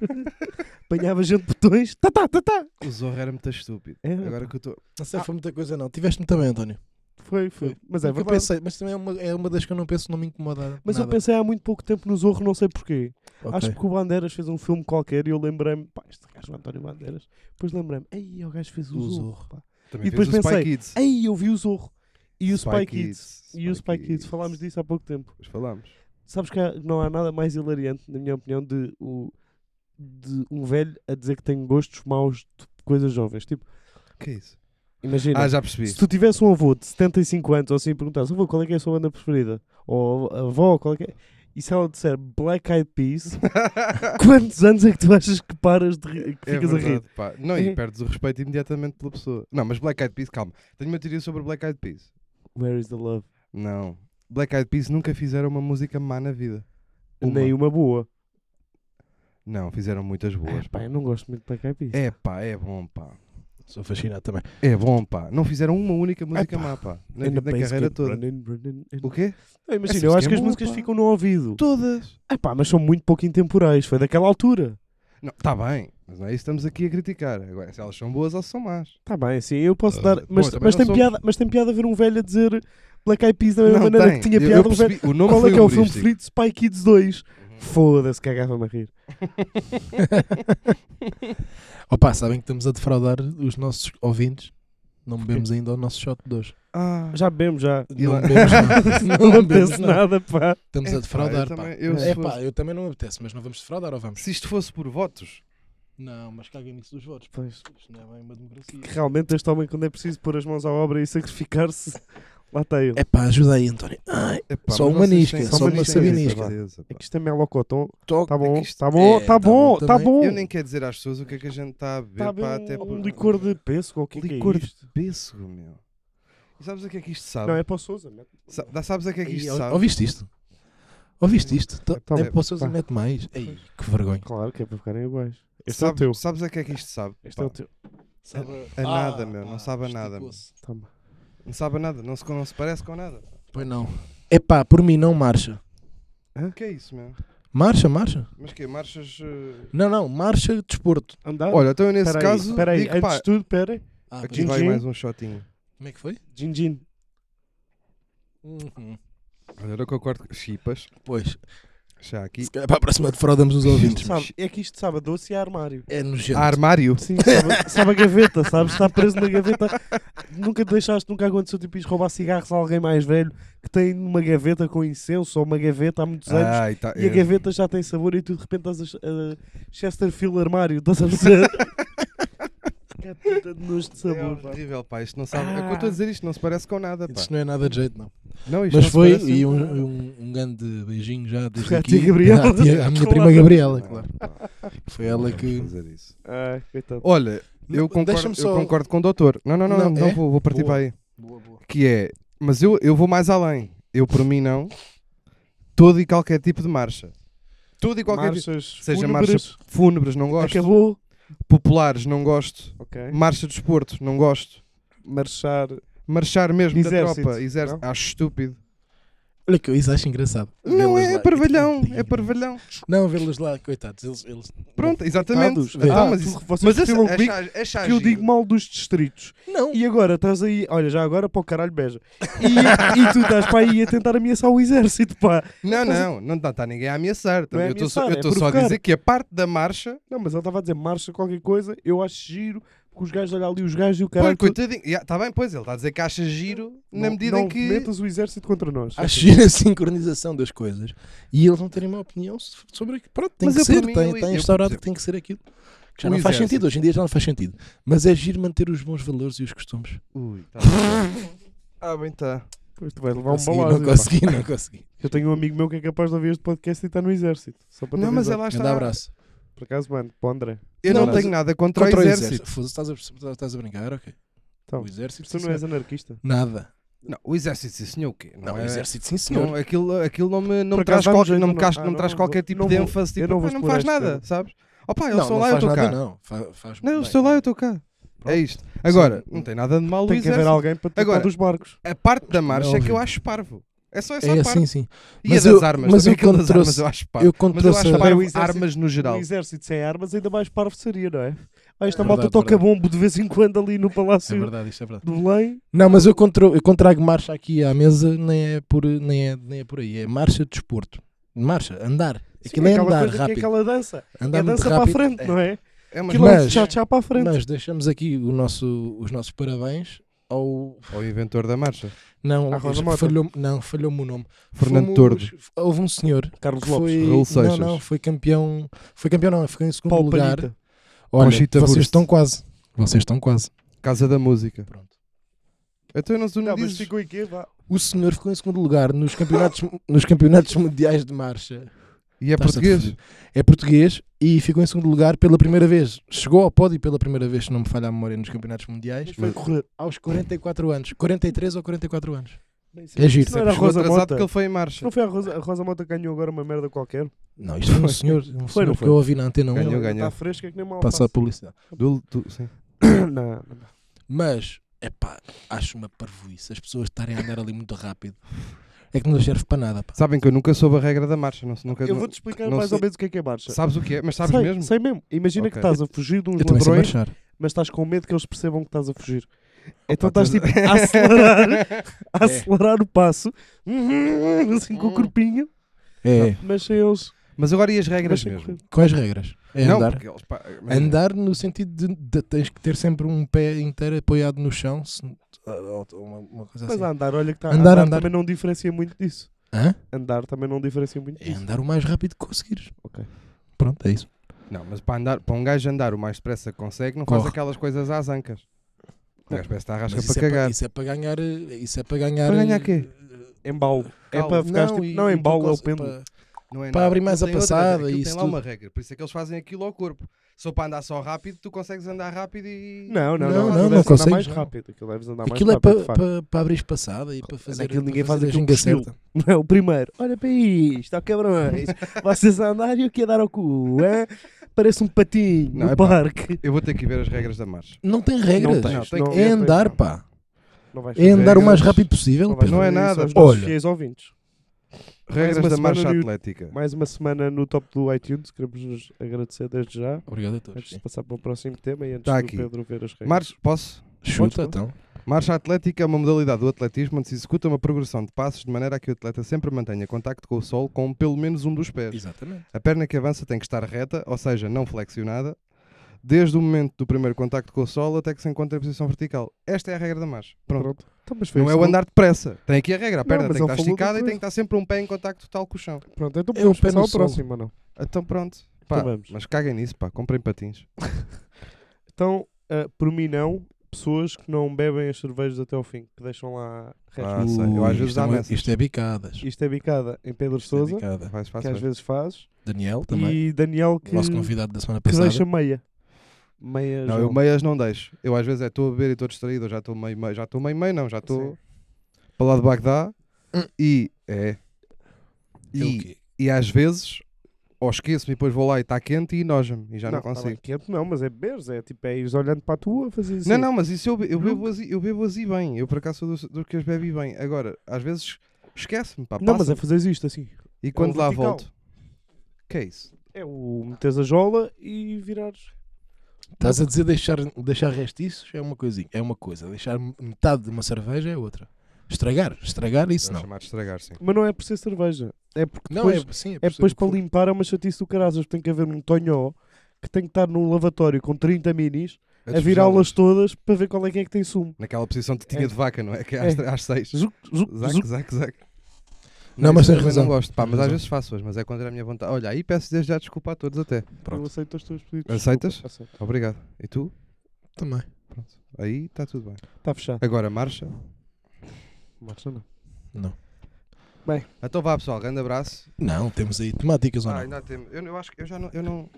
Speaker 2: Apanhava gente de botões. Tá, tá, tá, tá. É,
Speaker 1: O Zorro era muito estúpido.
Speaker 2: Era,
Speaker 1: Agora que eu estou.
Speaker 3: Não sei, foi muita coisa não. Tiveste muito bem, Ah. António.
Speaker 2: Foi, foi. Mas é
Speaker 3: Nunca
Speaker 2: verdade.
Speaker 3: pensei, mas também é uma, é uma das que eu não penso, não me incomoda.
Speaker 2: Mas eu
Speaker 3: nada.
Speaker 2: pensei há muito pouco tempo no Zorro, não sei porquê.
Speaker 3: Ok.
Speaker 2: Acho que o Bandeiras fez um filme qualquer e eu lembrei-me, pá, este gajo é o António Bandeiras. Depois lembrei-me, ei, o gajo fez o,
Speaker 3: O
Speaker 2: Zorro.
Speaker 3: Zorro.
Speaker 2: pá.
Speaker 1: Também
Speaker 2: E
Speaker 1: fez
Speaker 2: depois
Speaker 1: o Spy
Speaker 2: pensei,
Speaker 1: Kids.
Speaker 2: Ei, eu vi o Zorro. E o Spy, Kids. E o
Speaker 1: Spy
Speaker 2: Spy Kids. Falámos disso há pouco tempo.
Speaker 1: Depois falámos.
Speaker 2: Sabes que há- não há nada mais hilariante, na minha opinião, de, o, de um velho a dizer que tem gostos maus de coisas jovens. Tipo,
Speaker 1: Que é isso?
Speaker 2: imagina.
Speaker 1: Ah, já percebi.
Speaker 2: Se tu tivesse um avô de 75 anos ou assim e perguntasse, avô, qual é que é a sua banda preferida? Ou avó, qual é que é? E se ela disser Black Eyed Peas, quantos anos é que tu achas que paras de rir, que
Speaker 1: É
Speaker 2: ficas a rir?
Speaker 1: verdade, pá. Não, e
Speaker 2: É.
Speaker 1: perdes o respeito imediatamente pela pessoa. Não, mas Black Eyed Peas, calma. Tenho uma teoria sobre Black Eyed Peas.
Speaker 2: Where is the love?
Speaker 1: Não. Black Eyed Peas nunca fizeram uma música má na vida. Uma.
Speaker 2: Nem um. uma boa.
Speaker 1: Não, fizeram muitas boas.
Speaker 2: Ah, pá, eu não gosto muito de Black Eyed Peas.
Speaker 1: É pá, é bom, pá.
Speaker 3: Sou fascinado também.
Speaker 1: É bom, pá. Não fizeram uma única música
Speaker 3: pá.
Speaker 1: má, pá. Na,
Speaker 2: And the
Speaker 1: na
Speaker 2: bass
Speaker 1: carreira
Speaker 2: goes
Speaker 1: toda.
Speaker 2: running, running, and-
Speaker 1: O quê? Essa
Speaker 2: Não, Imagina, eu
Speaker 1: música
Speaker 2: acho
Speaker 1: é
Speaker 2: que as
Speaker 1: boa,
Speaker 2: músicas
Speaker 1: pá.
Speaker 2: ficam no ouvido.
Speaker 1: Todas.
Speaker 2: Ah, pá, mas são muito pouco intemporais. Foi daquela altura.
Speaker 1: Não, tá bem. Mas não é isso que estamos aqui a criticar. Agora, se elas são boas ou se são más.
Speaker 2: Tá bem, sim, eu posso
Speaker 1: Ah,
Speaker 2: dar.
Speaker 1: bom,
Speaker 2: Mas,
Speaker 1: também
Speaker 2: mas,
Speaker 1: não
Speaker 2: tem
Speaker 1: somos-
Speaker 2: piada, mas tem piada ver um velho a dizer Black Eyed Peas da mesma maneira que tinha
Speaker 1: Eu- eu
Speaker 2: piada um velho.
Speaker 1: percebi. O nome
Speaker 2: Qual
Speaker 1: foi
Speaker 2: é que é o filme
Speaker 1: humorístico. Uhum.
Speaker 2: preferido de Spy Kids 2? Foda-se, cagava-me a rir.
Speaker 3: Opa, sabem que estamos a defraudar os nossos ouvintes. Não bebemos ainda o nosso shot de hoje.
Speaker 1: Ah,
Speaker 2: Já bebemos, já.
Speaker 1: E lá-
Speaker 3: Não bebemos nada.
Speaker 2: Não
Speaker 3: Não bebemos
Speaker 2: acontece
Speaker 3: nada.
Speaker 2: nada, pá.
Speaker 3: Estamos
Speaker 1: É,
Speaker 3: a defraudar,
Speaker 1: pá, eu
Speaker 3: pá.
Speaker 1: também- eu se
Speaker 3: é
Speaker 1: fosse-
Speaker 3: pá, eu também não me apetece, mas não vamos defraudar ou vamos?
Speaker 1: se isto fosse por votos,
Speaker 3: Não, mas caguem nisso dos votos. pá.
Speaker 2: Pois.
Speaker 3: Isto não é bem uma democracia.
Speaker 2: Que realmente este homem, quando é preciso pôr as mãos à obra e sacrificar-se, lá está ele.
Speaker 3: É pá, ajuda aí, António. Ai,
Speaker 1: Epá,
Speaker 3: Só
Speaker 1: mas
Speaker 3: uma
Speaker 1: vocês
Speaker 3: nisca,
Speaker 1: têm-
Speaker 2: só uma
Speaker 1: vocês
Speaker 2: nisca.
Speaker 1: têm
Speaker 3: nisca.
Speaker 1: certeza,
Speaker 2: É
Speaker 1: pá.
Speaker 2: que isto é melocotão.
Speaker 3: toca.
Speaker 2: Tá bom,
Speaker 1: que isto
Speaker 2: tá bom,
Speaker 3: é,
Speaker 2: tá
Speaker 3: tá
Speaker 2: bom,
Speaker 3: bom
Speaker 2: tá
Speaker 3: também.
Speaker 2: bom.
Speaker 1: Eu nem quero dizer às pessoas o que é que a gente está a beber,
Speaker 2: Tá
Speaker 1: pá, até
Speaker 2: bem um
Speaker 1: por-
Speaker 2: licor de pêssego ou o que é que é
Speaker 1: Licor de
Speaker 2: isto?
Speaker 1: pêssego, meu. E sabes o que é que isto sabe?
Speaker 2: Não, é para o Sousa, mete.
Speaker 1: Sa- dá- sabes o que é que
Speaker 3: Ei,
Speaker 1: isto
Speaker 3: ou-
Speaker 1: sabe?
Speaker 3: Ouviste isto? Ouviste isto? Tá-
Speaker 2: Tá
Speaker 3: é
Speaker 1: bem,
Speaker 3: para vocês
Speaker 2: pá.
Speaker 3: mete mais. Ei, que vergonha.
Speaker 2: Claro que é para ficarem iguais. Este
Speaker 1: Sabe-
Speaker 2: é o teu.
Speaker 1: Sabes a que é que isto sabe?
Speaker 2: Este
Speaker 1: Pá,
Speaker 2: é o teu.
Speaker 3: Sabe-
Speaker 1: a nada, meu, não sabe a
Speaker 3: é
Speaker 1: nada,
Speaker 3: Ah, esticou-se.
Speaker 2: Toma.
Speaker 1: Não sabe a nada, não se, não se parece com nada.
Speaker 3: Pois não. É pá, por mim não marcha.
Speaker 1: O que é isso, meu?
Speaker 3: Marcha, marcha.
Speaker 1: Mas que Marchas. eh,
Speaker 3: Não, não, marcha de desporto.
Speaker 2: Andar?
Speaker 1: Olha, então eu nesse
Speaker 2: Espera aí,
Speaker 1: caso.
Speaker 2: espera aí,
Speaker 1: digo,
Speaker 2: antes
Speaker 1: pá,
Speaker 2: de tudo, espera aí.
Speaker 3: Ah,
Speaker 1: aqui
Speaker 3: pois.
Speaker 1: vai
Speaker 2: gin.
Speaker 1: mais um shotinho.
Speaker 3: Como é que foi?
Speaker 2: Gin, gin.
Speaker 3: Uhum.
Speaker 1: Olha, era o que eu corto. Chipas,
Speaker 3: Pois.
Speaker 1: já aqui.
Speaker 3: Se calhar para a próxima defraudamos os ouvintes. mas
Speaker 2: Sabe, é que isto sabe a doce e a armário.
Speaker 3: É nojento.
Speaker 1: Armário.
Speaker 2: Sim, sabe, sabe a gaveta, sabes? Está preso na gaveta. Nunca te deixaste, nunca aconteceu tipo ires roubar cigarros a alguém mais velho que tem uma gaveta com incenso ou uma gaveta há muitos anos
Speaker 1: Ai, tá-
Speaker 2: e a
Speaker 1: é.
Speaker 2: gaveta já tem sabor e tu de repente estás a, a Chesterfield armário, estás a perceber? Que puta de nojo de
Speaker 1: É
Speaker 2: sabor. pá.
Speaker 1: horrível, pá. Isto não sabe. É o que eu
Speaker 2: Ah.
Speaker 1: estou a dizer, isto não se parece com nada, pá.
Speaker 3: Isto não é nada de jeito, não.
Speaker 1: Não, isto
Speaker 3: Mas
Speaker 1: não se
Speaker 3: foi,
Speaker 1: parece
Speaker 3: e
Speaker 1: com
Speaker 3: um,
Speaker 1: nada.
Speaker 3: um, um grande beijinho já desde
Speaker 2: À
Speaker 3: aqui. Ah,
Speaker 2: tia Gabriela.
Speaker 3: À, tia- à minha
Speaker 2: Claro.
Speaker 3: prima Gabriela,
Speaker 1: Não,
Speaker 3: claro. é?
Speaker 1: pá,
Speaker 3: Foi ela
Speaker 1: não
Speaker 3: que...
Speaker 1: vamos fazer isso.
Speaker 2: Ai, Ah, coitado.
Speaker 1: Olha, eu
Speaker 3: Deixa-me
Speaker 1: concordo,
Speaker 3: só...
Speaker 1: eu concordo com o doutor. Não, não, não, não,
Speaker 3: Não,
Speaker 1: não,
Speaker 3: é?
Speaker 1: vou, vou partir
Speaker 3: Boa.
Speaker 1: para aí.
Speaker 3: Boa, boa.
Speaker 1: Que é, mas eu, eu vou mais além. Eu, por mim, não. Todo e qualquer tipo de marcha. Todo e qualquer tipo.
Speaker 2: Marchas
Speaker 1: Seja
Speaker 2: fúnebres.
Speaker 1: marcha fúnebres, não gosto.
Speaker 2: Acabou.
Speaker 1: Populares, não gosto.
Speaker 2: Ok.
Speaker 1: Marcha de esportes, não gosto.
Speaker 2: Marchar.
Speaker 1: Marchar mesmo
Speaker 2: Exército,
Speaker 1: da tropa, exército.
Speaker 2: não?
Speaker 1: Acho estúpido.
Speaker 3: Olha que eu isso acho engraçado.
Speaker 1: Não,
Speaker 3: Vê-los
Speaker 1: é
Speaker 3: lá.
Speaker 1: parvalhão,
Speaker 3: Tem-
Speaker 1: é parvalhão.
Speaker 3: Não, vê-los lá, coitados. Eles, eles...
Speaker 1: Pronto, exatamente.
Speaker 2: Coitados.
Speaker 1: Então,
Speaker 2: Ah,
Speaker 1: mas
Speaker 2: tu-
Speaker 1: isso,
Speaker 2: vocês
Speaker 1: mas é
Speaker 2: reclamam
Speaker 1: esse-
Speaker 2: comigo
Speaker 1: achar- achar
Speaker 2: que eu
Speaker 1: giro.
Speaker 2: digo mal dos distritos.
Speaker 3: Não,
Speaker 2: E agora estás aí, olha, já agora para o caralho beija. E, e tu estás para aí a tentar ameaçar o exército, pá.
Speaker 1: Não, não, não está ninguém a ameaçar.
Speaker 2: Não é
Speaker 1: eu estou só,
Speaker 2: ameaçar,
Speaker 1: eu
Speaker 2: é
Speaker 1: tô só a
Speaker 2: provocar.
Speaker 1: dizer que a parte da marcha.
Speaker 2: Não, mas ele estava a dizer marcha qualquer coisa, eu acho giro, porque os gajos, olha ali os gajos e o
Speaker 1: Pô,
Speaker 2: caralho. tu-
Speaker 1: coitadinho. Está bem, pois, ele está a dizer que acha giro na
Speaker 2: não-
Speaker 1: medida
Speaker 2: não
Speaker 1: em que.
Speaker 2: metas o exército contra nós.
Speaker 3: acho giro a sincronização das coisas e eles não terem uma opinião so- sobre aquilo. Pronto, tem
Speaker 1: Mas
Speaker 3: que
Speaker 1: eu,
Speaker 3: ser,
Speaker 1: para mim,
Speaker 3: tem,
Speaker 1: eu-
Speaker 3: tem
Speaker 1: eu, por
Speaker 3: instaurado
Speaker 1: exemplo,
Speaker 3: que tem que ser aquilo. Que Já
Speaker 1: o
Speaker 3: não faz
Speaker 1: exército.
Speaker 3: sentido, hoje em dia já não faz sentido. Mas é giro manter os bons valores e os costumes.
Speaker 1: Ui, tá ah, bem, tá.
Speaker 2: Pois tu vais levar um
Speaker 3: Consegui,
Speaker 2: balão.
Speaker 3: Assim, não consegui, não consegui.
Speaker 2: Eu tenho um amigo meu que é capaz de ouvir este podcast e está no exército. Só para te
Speaker 1: Não, mas
Speaker 2: avisar.
Speaker 1: ela
Speaker 3: Manda
Speaker 1: está.
Speaker 3: abraço.
Speaker 2: Por acaso, mano, para o André.
Speaker 1: Eu
Speaker 3: Não,
Speaker 1: não,
Speaker 3: mas-
Speaker 1: tenho nada contra,
Speaker 3: Contra
Speaker 1: o exército.
Speaker 3: Foda-se, Estás a, estás a- estás a brincar? Ok.
Speaker 2: Então,
Speaker 3: o exército.
Speaker 2: Tu
Speaker 3: sim,
Speaker 2: não és
Speaker 3: senhor.
Speaker 2: anarquista.
Speaker 3: Nada.
Speaker 1: Não, o exército, sim, senhor, o quê?
Speaker 3: Não,
Speaker 1: é-
Speaker 3: o exército, sim, senhor.
Speaker 1: Não, aquilo, aquilo não me, não
Speaker 2: Por
Speaker 1: me traz,
Speaker 2: acaso dá-me
Speaker 1: qual-
Speaker 2: jeito,
Speaker 1: não me
Speaker 2: não.
Speaker 1: cast-
Speaker 2: Ah,
Speaker 1: não me
Speaker 2: não,
Speaker 1: traz
Speaker 2: não
Speaker 1: qualquer
Speaker 2: vou-
Speaker 1: tipo
Speaker 2: não
Speaker 1: de
Speaker 2: vou-
Speaker 1: ênfase.
Speaker 2: eu
Speaker 1: Tipo,
Speaker 2: não vou
Speaker 1: "Ah, não me
Speaker 2: explorar
Speaker 1: faz
Speaker 2: este
Speaker 1: nada,
Speaker 2: tema.
Speaker 1: sabes?
Speaker 2: é-
Speaker 1: Opa, eu
Speaker 3: não,
Speaker 1: estou
Speaker 3: não
Speaker 1: lá, eu
Speaker 3: faz
Speaker 1: estou
Speaker 3: nada,
Speaker 1: cá.
Speaker 3: Não, Fa- faz
Speaker 1: Não, eu
Speaker 3: bem.
Speaker 1: estou lá, eu estou cá. É isto. Agora, não tem nada de mal o
Speaker 2: Tem que haver
Speaker 1: exército.
Speaker 2: alguém para te
Speaker 1: Agora-
Speaker 2: Agora... dos barcos.
Speaker 1: A parte da marcha é que eu
Speaker 3: óbvio.
Speaker 1: acho parvo. É só essa
Speaker 3: É
Speaker 1: parte.
Speaker 3: assim, sim.
Speaker 1: E
Speaker 3: Mas
Speaker 1: a das
Speaker 3: eu-
Speaker 1: armas,
Speaker 3: mas
Speaker 1: também
Speaker 3: eu
Speaker 1: aquilo
Speaker 3: quando
Speaker 1: das armas
Speaker 3: trouxe-
Speaker 1: eu acho parvo.
Speaker 3: Eu quando
Speaker 1: Mas eu
Speaker 3: trouxe
Speaker 1: acho é
Speaker 3: a-
Speaker 2: Também o
Speaker 1: parvo
Speaker 2: exército-
Speaker 1: armas no
Speaker 2: Um
Speaker 1: geral.
Speaker 2: exército sem armas ainda mais parvoçaria, não é? Ah, esta
Speaker 3: É
Speaker 2: malta
Speaker 3: verdade,
Speaker 2: toca
Speaker 3: verdade.
Speaker 2: bombo de vez em quando ali no
Speaker 3: É
Speaker 2: Palácio
Speaker 3: verdade, isto é verdade.
Speaker 2: do Belém.
Speaker 3: Não, mas eu, contro, eu contrago marcha aqui à mesa, nem é, por, nem, é, nem é por aí. É marcha de desporto. Marcha, andar. Aquilo
Speaker 2: Sim,
Speaker 3: é
Speaker 2: aquela
Speaker 3: andar
Speaker 2: coisa que
Speaker 3: rápido.
Speaker 2: é aquela dança.
Speaker 3: Andar
Speaker 2: é
Speaker 3: muito
Speaker 2: dança
Speaker 3: rápido.
Speaker 2: para a frente,
Speaker 3: É.
Speaker 2: não é?
Speaker 1: É uma
Speaker 3: Aquilo
Speaker 2: Aquilo é um
Speaker 3: Mas-
Speaker 2: tchá-tchá para a frente.
Speaker 3: Mas deixamos aqui o nosso, os nossos parabéns ao.
Speaker 1: Ao é inventor da marcha.
Speaker 3: Não,
Speaker 2: À Rosa
Speaker 3: isto
Speaker 2: Mota.
Speaker 3: falhou, não falhou-me o nome.
Speaker 1: Fernando
Speaker 3: Fomos-
Speaker 1: Tordo.
Speaker 3: Houve um senhor
Speaker 2: Carlos
Speaker 3: que
Speaker 2: Lopes.
Speaker 3: foi.
Speaker 1: Raul Seixas.
Speaker 3: Não, não, foi campeão. Foi campeão, não, foi em segundo
Speaker 2: Paulo
Speaker 3: lugar.
Speaker 2: Palhita.
Speaker 3: Olha,
Speaker 1: Conchita
Speaker 3: vocês
Speaker 1: Wurst.
Speaker 3: estão quase. Vocês estão quase.
Speaker 1: Casa da Música.
Speaker 3: Pronto.
Speaker 1: Então eu não sou
Speaker 2: Não,
Speaker 1: não
Speaker 2: mas
Speaker 1: dizes.
Speaker 2: ficou em quê? Vá.
Speaker 3: O senhor ficou em segundo lugar nos campeonatos, nos campeonatos mundiais de marcha.
Speaker 1: E é
Speaker 3: Estás-te a
Speaker 1: português.
Speaker 3: fuder. É português e ficou em segundo lugar pela primeira vez. Chegou ao pódio pela primeira vez, se não me falha a memória, nos campeonatos mundiais.
Speaker 2: Mas foi correr.
Speaker 3: Aos 44 anos. 43 ou 44 anos.
Speaker 2: Nem sei.
Speaker 3: É giro.
Speaker 2: Isso não era a
Speaker 1: Chegou
Speaker 2: Rosa
Speaker 1: atrasado
Speaker 2: Mota.
Speaker 1: porque ele foi em marcha.
Speaker 2: Não foi a Rosa, a Rosa Mota que ganhou agora uma merda qualquer?
Speaker 3: Não, isto foi um senhor, um
Speaker 2: Foi,
Speaker 3: senhor
Speaker 2: não
Speaker 3: que
Speaker 2: foi?
Speaker 3: eu ouvi na antena 1.
Speaker 1: Ganhou,
Speaker 2: Ela
Speaker 1: ganhou.
Speaker 2: Está fresca que nem mal
Speaker 3: Passa a publicidade.
Speaker 1: Do- do- sim.
Speaker 2: Não, não dá.
Speaker 3: Mas, é pá, acho uma parvoíce. As pessoas estarem a andar ali muito rápido. É que não lhes serve para nada, pá.
Speaker 1: Sabem que eu nunca soube a regra da marcha. Não, nunca,
Speaker 2: Eu
Speaker 1: não-
Speaker 2: vou-te explicar
Speaker 1: não
Speaker 2: mais
Speaker 1: sei.
Speaker 2: ou menos o que é que é marcha.
Speaker 1: Sabes o que é, mas sabes
Speaker 2: sei,
Speaker 1: mesmo?
Speaker 2: Sei mesmo. Imagina que
Speaker 1: Ok.
Speaker 2: estás a fugir de uns
Speaker 3: Eu também sei
Speaker 2: ladrões,
Speaker 3: marchar.
Speaker 2: mas estás com medo que eles percebam que estás a fugir. Então
Speaker 1: Opa,
Speaker 2: estás tipo a acelerar, a acelerar o passo, assim com o corpinho,
Speaker 3: É.
Speaker 2: mas sem eles.
Speaker 1: Mas agora e as regras
Speaker 2: Mas sem
Speaker 1: mesmo?
Speaker 2: correr.
Speaker 3: Quais regras? É
Speaker 1: não,
Speaker 3: andar.
Speaker 1: porque eles pa- imagina,
Speaker 3: Andar no sentido de, de tens que ter sempre um pé inteiro apoiado no chão. Se, ou- ou uma, uma coisa
Speaker 2: Mas
Speaker 3: assim.
Speaker 2: a andar, olha que está.
Speaker 3: Andar,
Speaker 2: Andar,
Speaker 3: andar.
Speaker 2: também não diferencia muito disso.
Speaker 3: Hã?
Speaker 2: Andar também não diferencia muito
Speaker 3: É
Speaker 2: disso.
Speaker 3: andar o mais rápido que conseguires.
Speaker 2: Ok.
Speaker 3: Pronto, é isso.
Speaker 1: Não, mas para, andar, para um gajo andar o mais depressa que consegue, não
Speaker 3: Corre.
Speaker 1: faz aquelas coisas às ancas. O gajo parece que está a
Speaker 3: Mas
Speaker 1: rasca
Speaker 3: isso,
Speaker 1: para
Speaker 3: é para,
Speaker 1: cagar.
Speaker 3: isso é para ganhar. eh, Isso é para ganhar.
Speaker 1: Para ganhar
Speaker 3: eh,
Speaker 1: quê?
Speaker 2: Embalo. É
Speaker 1: Calma.
Speaker 2: para ficar tipo.
Speaker 3: e-
Speaker 2: Não,
Speaker 3: e tu
Speaker 2: embalo é o
Speaker 3: cons-
Speaker 2: pêndulo.
Speaker 3: para-
Speaker 1: Não é
Speaker 3: Para
Speaker 1: nada.
Speaker 3: abrir mais
Speaker 1: Aquilo
Speaker 3: a
Speaker 1: tem outra
Speaker 3: passada
Speaker 1: regra.
Speaker 3: e
Speaker 1: Aquilo
Speaker 3: isso
Speaker 1: Tem lá
Speaker 3: tudo.
Speaker 1: uma regra, por isso é que eles fazem aquilo ao corpo. Se eu para andar só rápido, tu consegues andar rápido e.
Speaker 2: Não, não, não.
Speaker 3: Não, não,
Speaker 2: Aquilo
Speaker 3: não
Speaker 2: deves andar
Speaker 3: consegues,
Speaker 2: mais
Speaker 3: não.
Speaker 2: rápido. Aquilo deves andar Tá mais
Speaker 3: Aquilo é
Speaker 2: rápido.
Speaker 3: para,
Speaker 2: de facto.
Speaker 3: para, para abrir espessada e para fazer.
Speaker 2: Aquilo
Speaker 3: para
Speaker 2: ninguém
Speaker 3: fazer
Speaker 2: faz aquilo
Speaker 3: a ginga
Speaker 2: com estilo.
Speaker 3: certa.
Speaker 2: Não é o primeiro. Olha para isto, ó cabrões. Vocês a andar e eu que a dar ao cu. hã? Parece um patinho
Speaker 1: Não,
Speaker 2: no
Speaker 1: é pá.
Speaker 2: parque.
Speaker 1: Eu vou ter que ver as regras da marcha.
Speaker 3: Não tem regras.
Speaker 1: tens. Não, tem que
Speaker 3: É
Speaker 1: ver,
Speaker 3: andar,
Speaker 2: não.
Speaker 3: pá.
Speaker 2: Não vais
Speaker 3: É
Speaker 2: fazer
Speaker 3: andar o mais
Speaker 1: regras.
Speaker 3: rápido possível.
Speaker 2: Não vais
Speaker 3: Pedro.
Speaker 1: Não é
Speaker 2: fazer isso
Speaker 1: nada.
Speaker 2: aos nossos
Speaker 3: Olha.
Speaker 2: fiéis ouvintes.
Speaker 1: Regras
Speaker 2: uma
Speaker 1: da
Speaker 2: semana
Speaker 1: marcha
Speaker 2: no-
Speaker 1: atlética.
Speaker 2: Mais uma semana no top do iTunes. Queremos nos agradecer desde já.
Speaker 3: Obrigado a todos.
Speaker 2: Antes
Speaker 3: sim.
Speaker 2: de passar para o próximo tema e antes
Speaker 1: Tá
Speaker 2: do
Speaker 1: aqui.
Speaker 2: Pedro ver as regras.
Speaker 1: Marcha, posso?
Speaker 3: Chuta
Speaker 2: Pode,
Speaker 3: então.
Speaker 1: Marcha atlética é uma modalidade do atletismo onde se executa uma progressão de passos de maneira a que o atleta sempre mantenha contacto com o solo com pelo menos um dos pés.
Speaker 3: Exatamente.
Speaker 1: A perna que avança tem que estar reta, ou seja, não flexionada, desde o momento do primeiro contacto com o solo até que se encontre em posição vertical. Esta é a regra da marcha. Pronto.
Speaker 2: Pronto. Então, mas foi
Speaker 1: Não é
Speaker 2: isso.
Speaker 1: o andar depressa. Tem aqui a regra. A perna
Speaker 2: mas é
Speaker 1: tem que
Speaker 2: ele
Speaker 1: estar
Speaker 2: falou da
Speaker 1: esticada e tem
Speaker 2: coisa.
Speaker 1: que estar sempre um pé em contacto total com o chão.
Speaker 2: Pronto, então
Speaker 3: É
Speaker 2: podemos
Speaker 3: o pé
Speaker 2: passar
Speaker 3: no
Speaker 2: ao
Speaker 3: solo.
Speaker 2: próximo, ou não?
Speaker 1: Então pronto. Pá,
Speaker 2: Então vamos.
Speaker 1: mas caguem nisso, pá. Comprem patins.
Speaker 2: Então, ah, por mim não, pessoas que não bebem as cervejas até ao fim, que deixam lá restos.
Speaker 1: Ah, sei. Eu às
Speaker 3: Ui,
Speaker 1: vezes
Speaker 3: isto, é
Speaker 1: dá
Speaker 3: uma-
Speaker 1: nessas.
Speaker 3: isto é
Speaker 1: Ah.
Speaker 3: bicadas.
Speaker 2: Isto é bicada em Pedro
Speaker 3: Isto é
Speaker 2: Sousa,
Speaker 3: bicada.
Speaker 1: Faz, faz,
Speaker 2: que às
Speaker 1: faz.
Speaker 2: vezes fazes,
Speaker 3: Daniel também.
Speaker 2: e Daniel que,
Speaker 3: O nosso convidado da semana
Speaker 2: que
Speaker 3: passada.
Speaker 2: deixa meia. Meia
Speaker 1: Não,
Speaker 2: João.
Speaker 1: eu meias não deixo. Eu às vezes é estou a beber e estou distraído, ou já estou meio, meio, já estou meio, meio, não, já estou
Speaker 2: Sim.
Speaker 1: para lá de Bagdá
Speaker 3: Hum.
Speaker 1: e é.
Speaker 3: É o
Speaker 1: E,
Speaker 3: quê?
Speaker 1: e às vezes, ou esqueço-me e depois vou lá e está quente e noja-me e já não,
Speaker 2: tá bem,
Speaker 1: consigo.
Speaker 2: quente não, mas é beberes, é tipo, é ires olhando para a tua, fazer assim.
Speaker 1: não, assim, não, mas isso eu, be- eu bebo as, eu bebo as e bem. Eu por acaso sou dos, dos que as bebe bem. Agora, às vezes Esquece-me, pá.
Speaker 2: Não, mas
Speaker 1: passa.
Speaker 2: é fazeres isto assim.
Speaker 1: E
Speaker 3: um
Speaker 1: quando
Speaker 2: o
Speaker 1: lá
Speaker 2: vertical.
Speaker 1: volto. Que é isso?
Speaker 2: É o meteres a jola e virares.
Speaker 3: Estás a dizer deixar, deixar restícios é uma coisinha, é uma coisa. Deixar metade de uma cerveja é outra. Estragar, estragar isso
Speaker 1: Vou
Speaker 3: não.
Speaker 1: chamar de É estragar, sim.
Speaker 2: Mas não é por ser cerveja. É porque
Speaker 3: Não,
Speaker 2: depois,
Speaker 3: é, sim,
Speaker 2: é,
Speaker 3: por ser
Speaker 2: depois
Speaker 3: o que
Speaker 2: para
Speaker 3: for.
Speaker 2: limpar é uma chatice do caraças. Tem que haver um tonhó que tem que estar num lavatório com 30 minis
Speaker 1: É
Speaker 2: a virá-las todas para ver qual é que é que tem sumo.
Speaker 1: Naquela posição de tinha
Speaker 2: É.
Speaker 1: de vaca, não é? Que é às, às seis.
Speaker 2: Zuc, zuc,
Speaker 1: Zac,
Speaker 2: zuc.
Speaker 1: zac, zac.
Speaker 3: Não, mas
Speaker 1: isso
Speaker 3: tens
Speaker 1: também
Speaker 3: razão.
Speaker 1: Não gosto, pá,
Speaker 3: Tens
Speaker 1: mas às
Speaker 3: razão.
Speaker 1: vezes faço-as, mas é contra a minha vontade. Olha, aí peço desde já desculpa a todos até.
Speaker 2: Eu
Speaker 3: Pronto.
Speaker 2: aceito os teus pedidos.
Speaker 1: Aceitas?
Speaker 2: Desculpa, aceito.
Speaker 1: Obrigado. E tu?
Speaker 3: Também.
Speaker 1: Aí está tudo bem.
Speaker 2: Está fechado.
Speaker 1: Agora, marcha.
Speaker 2: Marcha não.
Speaker 3: Não.
Speaker 1: Então vá, pessoal, grande abraço.
Speaker 3: Não, temos aí temáticas ou
Speaker 1: Ah,
Speaker 3: não?
Speaker 1: ainda há tempo. Eu, eu acho que eu já não, eu não.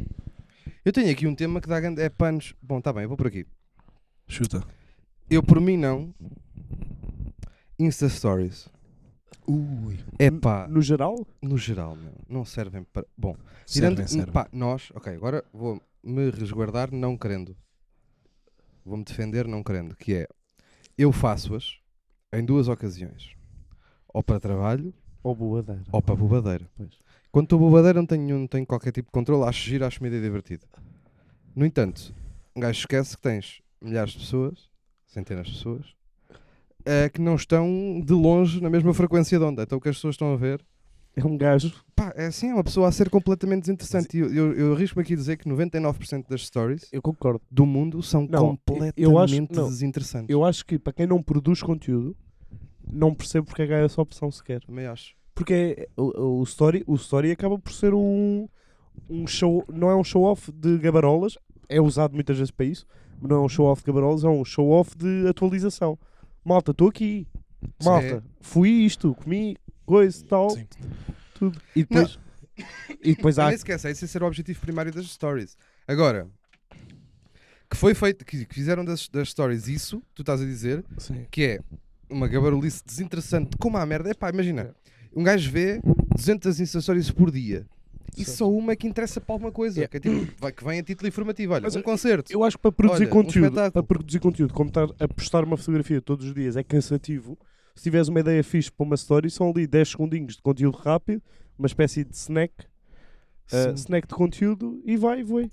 Speaker 1: Eu tenho aqui um tema que dá grande. É panos. Bom, está bem, eu vou por aqui.
Speaker 3: Chuta.
Speaker 1: Eu por mim não. Insta Stories.
Speaker 3: Ui.
Speaker 1: É pá,
Speaker 2: No geral,
Speaker 1: no geral, meu, não servem para. Bom,
Speaker 3: Servem,
Speaker 1: Tirando- um
Speaker 3: servem.
Speaker 1: pá, nós, ok, agora vou me resguardar não querendo. Vou-me defender não querendo, que é eu faço-as em duas ocasiões. Ou para trabalho
Speaker 2: ou boadeira.
Speaker 1: ou para bobadeira.
Speaker 2: Pois.
Speaker 1: Quando estou bobadeira não tenho, nenhum- não tenho qualquer tipo de controle, acho giro, acho uma ideia divertida. No entanto, um gajo esquece que tens milhares de pessoas, centenas de pessoas, eh, que não estão de longe na mesma frequência de onda. Então o que as pessoas estão a ver
Speaker 2: É um gajo.
Speaker 1: Pá, é assim, é uma pessoa a ser completamente desinteressante. E eu, eu, eu arrisco-me aqui a dizer que 99% das stories
Speaker 2: Eu concordo.
Speaker 1: do mundo são
Speaker 2: Não,
Speaker 1: completamente
Speaker 2: eu acho- não.
Speaker 1: desinteressantes.
Speaker 2: Eu acho que para quem não produz conteúdo, não percebo porque é que há essa opção sequer.
Speaker 1: também acho.
Speaker 2: Porque é- o, o, story, o story acaba por ser um, um show, não é um show-off de gabarolas, é usado muitas vezes para isso, mas não é um show-off de gabarolas, é um show-off de atualização. Malta, estou aqui. Malta, fui isto, comi, coisa, tal,
Speaker 3: Sim.
Speaker 2: tudo. E depois, e depois
Speaker 1: Mas
Speaker 2: há.
Speaker 1: nem esquece, esse é ser o objetivo primário das stories. Agora, que foi feito, que que fizeram das, das stories isso, tu estás a dizer,
Speaker 2: Sim.
Speaker 1: que é uma gabarulice desinteressante, como a merda. É pá, imagina, um gajo vê 200 Insta stories por dia. E
Speaker 2: Certo.
Speaker 1: só uma que interessa para alguma coisa,
Speaker 2: Yeah.
Speaker 1: que, é tipo, vai- que vem a título informativo. Olha,
Speaker 2: Mas
Speaker 1: um concerto.
Speaker 2: Eu acho que para produzir
Speaker 1: Olha, um
Speaker 2: conteúdo,
Speaker 1: espetáculo.
Speaker 2: para produzir conteúdo, como estar a postar uma fotografia todos os dias é cansativo. Se tiveres uma ideia fixe para uma story, são ali 10 segundinhos de conteúdo rápido, uma espécie de snack, ah,
Speaker 1: Sim.
Speaker 2: snack de conteúdo e vai, vai.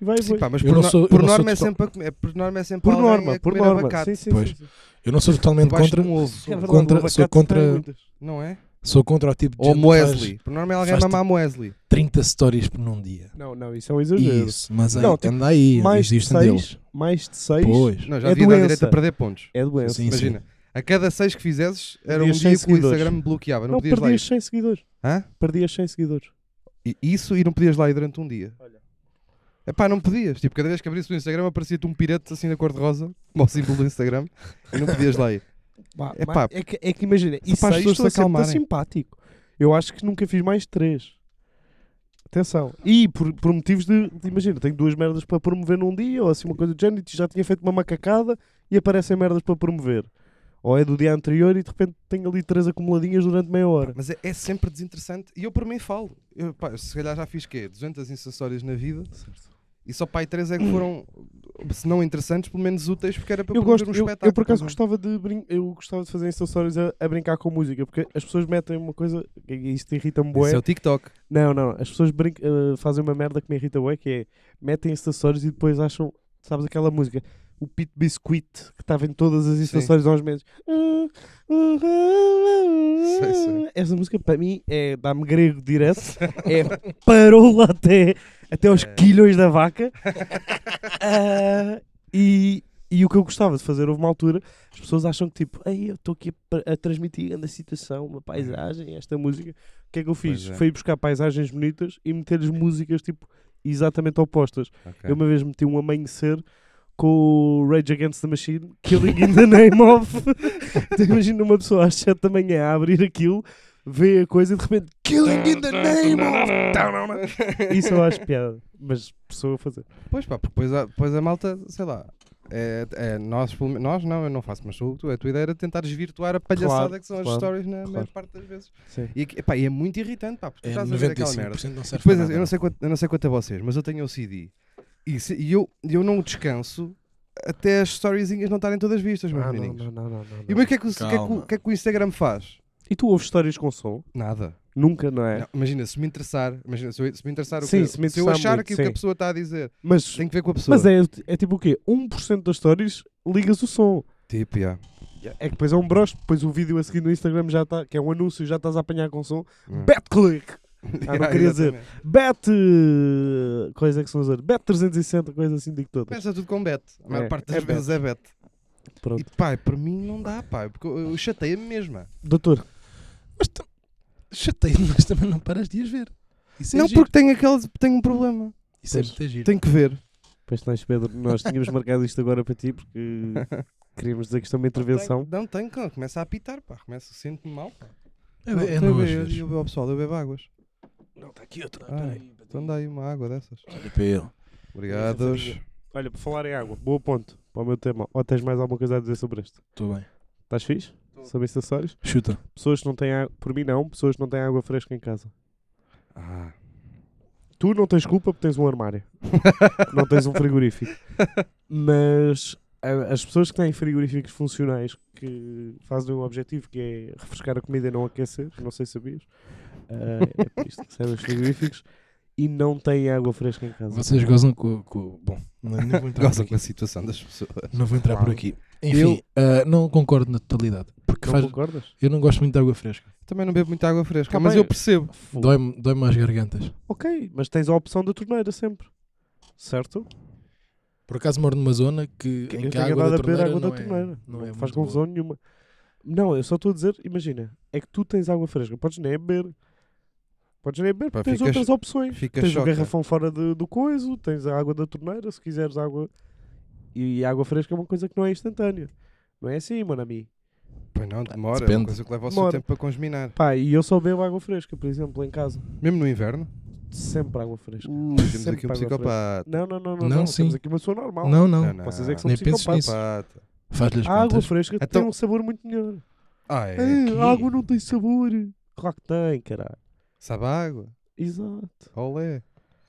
Speaker 2: E vai,
Speaker 1: Sim,
Speaker 2: vai.
Speaker 1: pá, mas
Speaker 3: Eu
Speaker 1: por,
Speaker 3: não
Speaker 1: no-
Speaker 3: sou- eu
Speaker 1: por
Speaker 3: não sou
Speaker 1: norma é
Speaker 3: total-
Speaker 1: sempre a comer, por norma é sempre
Speaker 2: por
Speaker 1: alguém
Speaker 2: norma,
Speaker 1: a
Speaker 2: por
Speaker 1: comer
Speaker 2: norma.
Speaker 1: abacate
Speaker 2: Sim, sim,
Speaker 3: Pois.
Speaker 2: sim, sim.
Speaker 3: Eu não sou totalmente
Speaker 1: debaixo
Speaker 3: contra,
Speaker 1: de um ovo,
Speaker 2: É verdade,
Speaker 3: Contra-
Speaker 2: o abacate
Speaker 3: sou contra-
Speaker 2: tem muitas.
Speaker 1: não é?
Speaker 3: sou contra o tipo de
Speaker 1: Ou
Speaker 3: gente que faz
Speaker 1: Moesley. Por norma é alguém a
Speaker 3: faz
Speaker 1: mamar Moesley.
Speaker 3: 30 stories por num dia.
Speaker 2: Não, não, isso é um exagero.
Speaker 3: Isso, mas aí,
Speaker 2: Não, tipo,
Speaker 3: anda aí,
Speaker 2: mais de
Speaker 3: existem
Speaker 2: seis,
Speaker 3: deles.
Speaker 2: mais de 6
Speaker 3: Pois.
Speaker 1: Não, já
Speaker 2: É
Speaker 1: devia dar
Speaker 2: doença.
Speaker 1: direito a perder pontos.
Speaker 2: é doença.
Speaker 3: Sim,
Speaker 1: Imagina, a cada seis que fizesses era um
Speaker 2: Podias
Speaker 1: dia
Speaker 2: cem
Speaker 1: que o
Speaker 2: seguidores.
Speaker 1: Instagram me bloqueava. Não,
Speaker 2: Não,
Speaker 1: podias lá
Speaker 2: perdias
Speaker 1: ir.
Speaker 2: 100 seguidores.
Speaker 1: Hã?
Speaker 2: Perdias 100 seguidores.
Speaker 1: E- Isso e não podias lá ir durante um dia.
Speaker 2: Olha.
Speaker 1: Epá, não podias. Tipo, cada vez que abrisse o Instagram aparecia-te um pirete assim da cor de rosa, como o símbolo do Instagram, e não podias lá ir. É
Speaker 2: mas
Speaker 1: pá.
Speaker 2: é, que, é que imagina,
Speaker 1: Só
Speaker 2: isso
Speaker 1: para as
Speaker 2: aí
Speaker 1: pessoas
Speaker 2: estou a
Speaker 1: se
Speaker 2: ser muito
Speaker 1: acalmarem.
Speaker 2: simpático. Eu acho que nunca fiz mais de três. Atenção. E por, por motivos de, de- Imagina, tenho duas merdas para promover num dia, ou assim uma coisa do género, e já tinha feito uma macacada e aparecem merdas para promover. Ou é do dia anterior e de repente tenho ali três acumuladinhas durante meia hora.
Speaker 1: Mas é, é sempre desinteressante. E eu por mim falo. Eu, pá, se calhar já fiz quê? 200 acessórias na vida. E só pai três é que foram, se não interessantes, pelo menos úteis, porque era para
Speaker 2: Eu
Speaker 1: promover
Speaker 2: gosto,
Speaker 1: um
Speaker 2: eu,
Speaker 1: espetáculo.
Speaker 2: eu por acaso
Speaker 1: não é?
Speaker 2: gostava de, brin- eu gostava de fazer instalações a, a brincar com música, porque as pessoas metem uma coisa, e isto irrita-me bué,
Speaker 1: Isso é o TikTok.
Speaker 2: Não, não, as pessoas brinca- eh, fazem uma merda que me irrita bem, que é metem estações e depois acham, sabes aquela música, o Pit Biscuit, que estava em todas as estações há uns meses.
Speaker 1: sei.
Speaker 2: Essa música para mim é dá-me grego direto, é parola até, até aos quilhões da vaca. Ah, e, e o que eu gostava de fazer, houve uma altura, as pessoas acham que tipo, Ei, eu estou aqui a pa- a, transmitir grande situação, uma paisagem, esta música. O que é que eu fiz?
Speaker 1: Pois é.
Speaker 2: Fui buscar paisagens bonitas e meter-lhes músicas tipo exatamente opostas. Eu uma vez meti um amanhecer com o Rage Against the Machine, Killing in the Name of. Então Imagina uma pessoa às 7 da manhã a abrir aquilo, vê a coisa e de repente Killing in the Name of.
Speaker 1: Então,
Speaker 2: Isso eu acho piada, mas pessoa a fazer.
Speaker 1: Pois pá, porque depois a, depois a malta, sei lá, é, é, nós, pelo men- nós não, eu não faço, mas tu, a tua ideia era tentar desvirtuar a palhaçada
Speaker 2: Claro,
Speaker 1: que são as
Speaker 2: claro,
Speaker 1: stories na maior
Speaker 2: claro.
Speaker 1: parte das vezes.
Speaker 2: Sim.
Speaker 1: E, aqui- epá, e é muito irritante, pá, porque tu
Speaker 3: É
Speaker 1: estás a ver aquela merda.
Speaker 3: 95% não
Speaker 1: E Depois,
Speaker 3: serve
Speaker 2: é,
Speaker 3: para nada.
Speaker 1: é, eu, não sei quanto, eu não sei quanto a vocês, mas eu tenho o CD e, se- e eu, e eu não descanso até as storiezinhas não estarem todas vistas, meus
Speaker 2: Ah, não,
Speaker 1: meninos.
Speaker 2: não, não, não, não,
Speaker 1: E
Speaker 2: não.
Speaker 1: mas o que, é que, o- o que é que o-
Speaker 3: Calma.
Speaker 1: o que é que o Instagram faz?
Speaker 2: E tu ouves histórias com som?
Speaker 1: Nada.
Speaker 2: Nunca, não é?
Speaker 1: Não, imagina, se me interessar, imagina, se, eu, se me interessar o
Speaker 2: Sim,
Speaker 1: que,
Speaker 2: se me
Speaker 1: eu
Speaker 2: interessar
Speaker 1: achar
Speaker 2: muito,
Speaker 1: aquilo que
Speaker 2: sim.
Speaker 1: a pessoa está a dizer,
Speaker 2: Mas,
Speaker 1: tem que ver com a pessoa.
Speaker 2: mas é, é tipo o quê? 1% das histórias ligas o som.
Speaker 1: Tipo, yeah.
Speaker 2: É que depois é um broche, depois o vídeo a seguir no Instagram já está, que é um anúncio, já estás a apanhar com som.
Speaker 1: Yeah.
Speaker 2: Betclick! Ah, não
Speaker 1: Yeah,
Speaker 2: queria dizer.
Speaker 1: exatamente.
Speaker 2: Bet. eh, Quais é que são as outras? Bet 360, coisa assim, digo todas.
Speaker 1: Começa tudo com bet. A maior
Speaker 2: É,
Speaker 1: parte
Speaker 2: é
Speaker 1: das
Speaker 2: bet.
Speaker 1: vezes é bet.
Speaker 2: Pronto.
Speaker 1: E pá, para mim não dá, pá, porque eu, eu chateia-me mesmo. ah.
Speaker 2: Doutor,
Speaker 3: Mas tu- chateia-me, mas também não paras de as ver. Isso é
Speaker 1: Não,
Speaker 3: giro.
Speaker 1: porque tenho, aquele, tenho um problema.
Speaker 3: Isso é
Speaker 2: Pois.
Speaker 3: muito giro.
Speaker 1: Tenho que ver.
Speaker 2: pois tens, Pedro, nós tínhamos marcado isto agora para ti porque queríamos dizer que isto é uma intervenção.
Speaker 1: Tenho- Não, tenho que. Começa a apitar, pá. Começa, sinto-me mal. Pá.
Speaker 3: É, é,
Speaker 1: Então eu
Speaker 3: não às
Speaker 1: bebo-
Speaker 3: vezes.
Speaker 1: eu bebo, pessoal, eu bebo águas.
Speaker 3: Não, está aqui outra.
Speaker 1: Ah, Então dá aí uma água dessas.
Speaker 3: Olha para ele.
Speaker 1: Obrigado.
Speaker 2: Olha, por falar em água, boa ponto para o meu tema. Ou tens mais alguma coisa a dizer sobre este?
Speaker 3: Estou bem.
Speaker 2: Estás fixe? Sobre estes acessórios?
Speaker 3: Chuta.
Speaker 2: Pessoas que não têm água, por mim não, pessoas que não têm água fresca em casa.
Speaker 1: Ah.
Speaker 2: Tu não tens culpa porque tens um armário. não tens um frigorífico. Mas a- as pessoas que têm frigoríficos funcionais que fazem um objetivo que é refrescar a comida e não aquecer, não sei se sabias, ah, é por isto que servem os frigoríficos, e não têm água fresca em casa.
Speaker 3: Vocês gozam com. com- bom, não, não vou entrar,
Speaker 1: Gozam
Speaker 3: por
Speaker 1: com a
Speaker 3: aqui.
Speaker 1: situação das pessoas.
Speaker 3: Não vou entrar por
Speaker 2: Claro.
Speaker 3: aqui. Enfim, ah, não concordo na totalidade. Porque
Speaker 2: Não
Speaker 3: faz-
Speaker 2: concordas?
Speaker 3: eu não gosto muito de água fresca.
Speaker 1: Também não bebo muita água fresca,
Speaker 2: Tá
Speaker 1: mas
Speaker 2: bem.
Speaker 1: eu percebo.
Speaker 3: Dói-me dói às gargantas.
Speaker 2: Ok, mas tens a opção da torneira sempre. Certo?
Speaker 3: Por acaso moro numa zona que,
Speaker 2: Que-
Speaker 3: em
Speaker 2: eu
Speaker 3: que
Speaker 2: tenho
Speaker 3: a água da
Speaker 2: andado a beber
Speaker 3: torneira,
Speaker 2: água
Speaker 3: não,
Speaker 2: da
Speaker 3: é,
Speaker 2: torneira.
Speaker 3: não é
Speaker 2: faz
Speaker 3: muito boa.
Speaker 2: confusão nenhuma. Não, eu só estou a dizer, imagina, é que tu tens água fresca, podes nem beber. Podes nem beber,
Speaker 1: Pá,
Speaker 2: porque tens
Speaker 1: ficas-
Speaker 2: outras opções.
Speaker 1: Fica
Speaker 2: Tens o
Speaker 1: choca.
Speaker 2: garrafão fora de- do coiso, tens a água da torneira, se quiseres água. E a água fresca é uma coisa que não é instantânea. Não é assim, mano, a mim.
Speaker 1: Pois não, demora. É
Speaker 3: Depende.
Speaker 1: uma coisa que leva o seu
Speaker 2: Demora.
Speaker 1: tempo para consminar.
Speaker 2: Pá, e eu só bebo água fresca, por exemplo, em casa.
Speaker 1: Mesmo no inverno.
Speaker 2: Sempre água fresca.
Speaker 1: Uh, temos
Speaker 2: sempre
Speaker 1: aqui um
Speaker 2: água fresca.
Speaker 1: psicopata.
Speaker 2: Não, não, não, não.
Speaker 3: Não,
Speaker 2: não,
Speaker 3: sim.
Speaker 2: Temos aqui uma pessoa normal.
Speaker 3: Não, não.
Speaker 2: Vocês é que são
Speaker 3: Nem penses
Speaker 2: psicopatas.
Speaker 3: nisso.
Speaker 1: psicopata.
Speaker 3: Faz-lhe as
Speaker 2: A água
Speaker 3: contas.
Speaker 2: fresca
Speaker 1: Então-
Speaker 2: tem um sabor muito melhor.
Speaker 1: Ah, é.
Speaker 2: Ah,
Speaker 1: aqui.
Speaker 2: a água não tem sabor. Claro que tem, caralho.
Speaker 1: Sabe a água.
Speaker 2: Exato.
Speaker 1: Olé.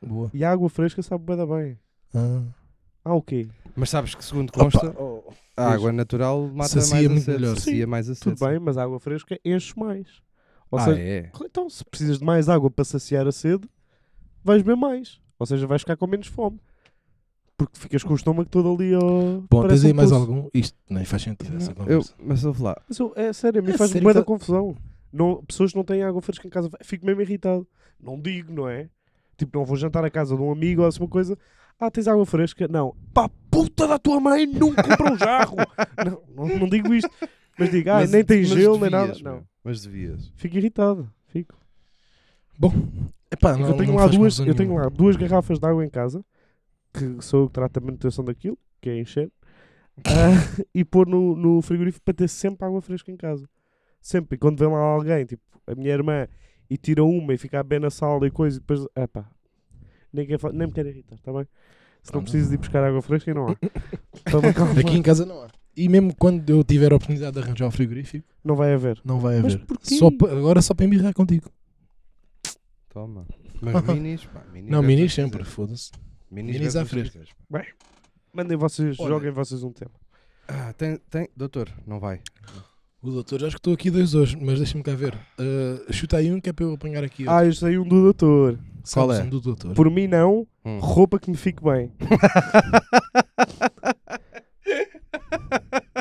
Speaker 3: Boa.
Speaker 2: E a água fresca sabe bem bem.
Speaker 3: Ah.
Speaker 2: Ah, o quê?
Speaker 1: Mas sabes que, segundo consta,
Speaker 2: Oh,
Speaker 1: a água natural mata
Speaker 3: Sacia
Speaker 1: mais a
Speaker 3: muito
Speaker 1: sede.
Speaker 3: melhor.
Speaker 1: Sacia mais a sede.
Speaker 2: Tudo bem, mas a água fresca enche mais. Ou
Speaker 1: Ah,
Speaker 2: seja,
Speaker 1: é.
Speaker 2: então se precisas de mais água para saciar a sede, vais beber mais. Ou seja, vais ficar com menos fome. Porque ficas com o estômago todo ali ao.
Speaker 3: Bom,
Speaker 2: parece
Speaker 3: tens aí
Speaker 2: um
Speaker 3: mais
Speaker 2: poço.
Speaker 3: algum? Isto nem faz sentido essa
Speaker 1: Eu,
Speaker 3: conversa.
Speaker 1: mas eu vou lá.
Speaker 2: Mas eu- é sério, a mim
Speaker 3: É
Speaker 2: faz
Speaker 3: sério
Speaker 2: muita
Speaker 1: então-
Speaker 3: que-
Speaker 2: confusão. Não, pessoas que não têm água fresca em casa, fico mesmo irritado. Não digo, não é? Tipo, não vou jantar à casa de um amigo ou assim uma coisa. Ah, tens água fresca? Não. Pá, puta da tua mãe, não compra um jarro. não, não, não digo isto. Mas digo, ah,
Speaker 1: Mas-
Speaker 2: nem tem
Speaker 1: mas
Speaker 2: gelo, nem nada.
Speaker 1: devias,
Speaker 2: Não.
Speaker 1: meu. Mas devias.
Speaker 2: Fico irritado. Fico.
Speaker 3: Bom, epá, não,
Speaker 2: eu tenho
Speaker 3: não
Speaker 2: lá
Speaker 3: faz
Speaker 2: duas,
Speaker 3: confusão
Speaker 2: eu tenho lá
Speaker 3: nenhuma.
Speaker 2: duas garrafas de água em casa, que sou eu que trato a manutenção daquilo, que é encher, ah, e pôr no, no frigorífico para ter sempre água fresca em casa. Sempre. E quando vem lá alguém, tipo, a minha irmã, e tira uma e fica a bem na sala e coisa, e depois, epá, nem, quero, fa- nem me quero irritar, está bem? Se não
Speaker 3: Pronto.
Speaker 2: preciso de ir buscar água fresca, e não há. Toma calma.
Speaker 3: Aqui em casa não há. E mesmo quando eu tiver a oportunidade de arranjar o frigorífico,
Speaker 2: Não vai haver.
Speaker 3: não vai
Speaker 2: Mas
Speaker 3: haver.
Speaker 2: porquê?
Speaker 3: Só pa- agora só para embirrar contigo.
Speaker 1: Toma. Mas minis, pá. Minis
Speaker 3: não,
Speaker 1: é
Speaker 3: minis
Speaker 1: o que
Speaker 3: sempre,
Speaker 1: quiseres.
Speaker 3: foda-se.
Speaker 1: Minis,
Speaker 3: Minis
Speaker 1: é o
Speaker 3: à
Speaker 1: que
Speaker 3: fresca.
Speaker 1: quiseres, pá.
Speaker 2: Mandem vocês,
Speaker 3: Olha.
Speaker 2: joguem vocês um tema.
Speaker 1: Ah, tem, tem. Doutor, não vai.
Speaker 3: O doutor, acho que estou aqui dois hoje, mas deixa-me cá ver. Ah, chuta aí um que é para eu apanhar aqui.
Speaker 2: Ah, eu sei um do doutor.
Speaker 3: outro.
Speaker 1: qual
Speaker 3: Sabes
Speaker 1: é?
Speaker 3: um Do doutor.
Speaker 2: Por mim, não.
Speaker 1: Hum.
Speaker 2: Roupa que me fique bem.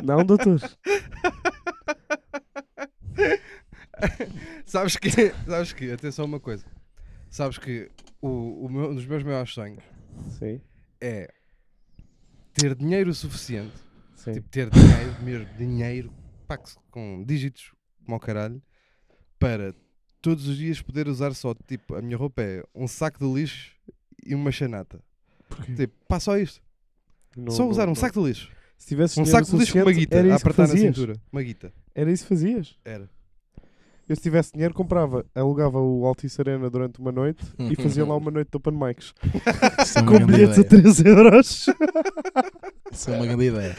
Speaker 2: Não, doutor.
Speaker 1: sabes que, sabes que, atenção a uma coisa. Sabes que o, o meu- um dos meus maiores sonhos
Speaker 2: Sim,
Speaker 1: é ter dinheiro suficiente,
Speaker 2: sim.
Speaker 1: tipo ter dinheiro, mesmo dinheiro, pá, que se- com dígitos como ao caralho, para todos os dias poder usar só, tipo, a minha roupa é um saco de lixo e uma chanata.
Speaker 3: Porquê?
Speaker 1: Tipo, pá, só isto.
Speaker 2: Não,
Speaker 1: só
Speaker 2: não,
Speaker 1: usar
Speaker 2: não.
Speaker 1: um saco de lixo.
Speaker 2: Se tivesse
Speaker 1: Um
Speaker 2: dinheiro
Speaker 1: saco de lixo com uma
Speaker 2: suficiente,
Speaker 1: guita,
Speaker 2: era
Speaker 1: a
Speaker 2: isso que
Speaker 1: apertar na
Speaker 2: fazias.
Speaker 1: cintura. Uma guita.
Speaker 2: Era isso que fazias.
Speaker 1: Era.
Speaker 2: Eu, se tivesse dinheiro, comprava, alugava o Altice Arena durante uma noite
Speaker 1: Uhum.
Speaker 2: e fazia lá uma noite de open mics.
Speaker 3: Hum, Isso é uma
Speaker 2: Com
Speaker 3: grande
Speaker 2: bilhetes a
Speaker 3: ideia.
Speaker 2: 3 euros.
Speaker 3: Isso é uma grande ideia.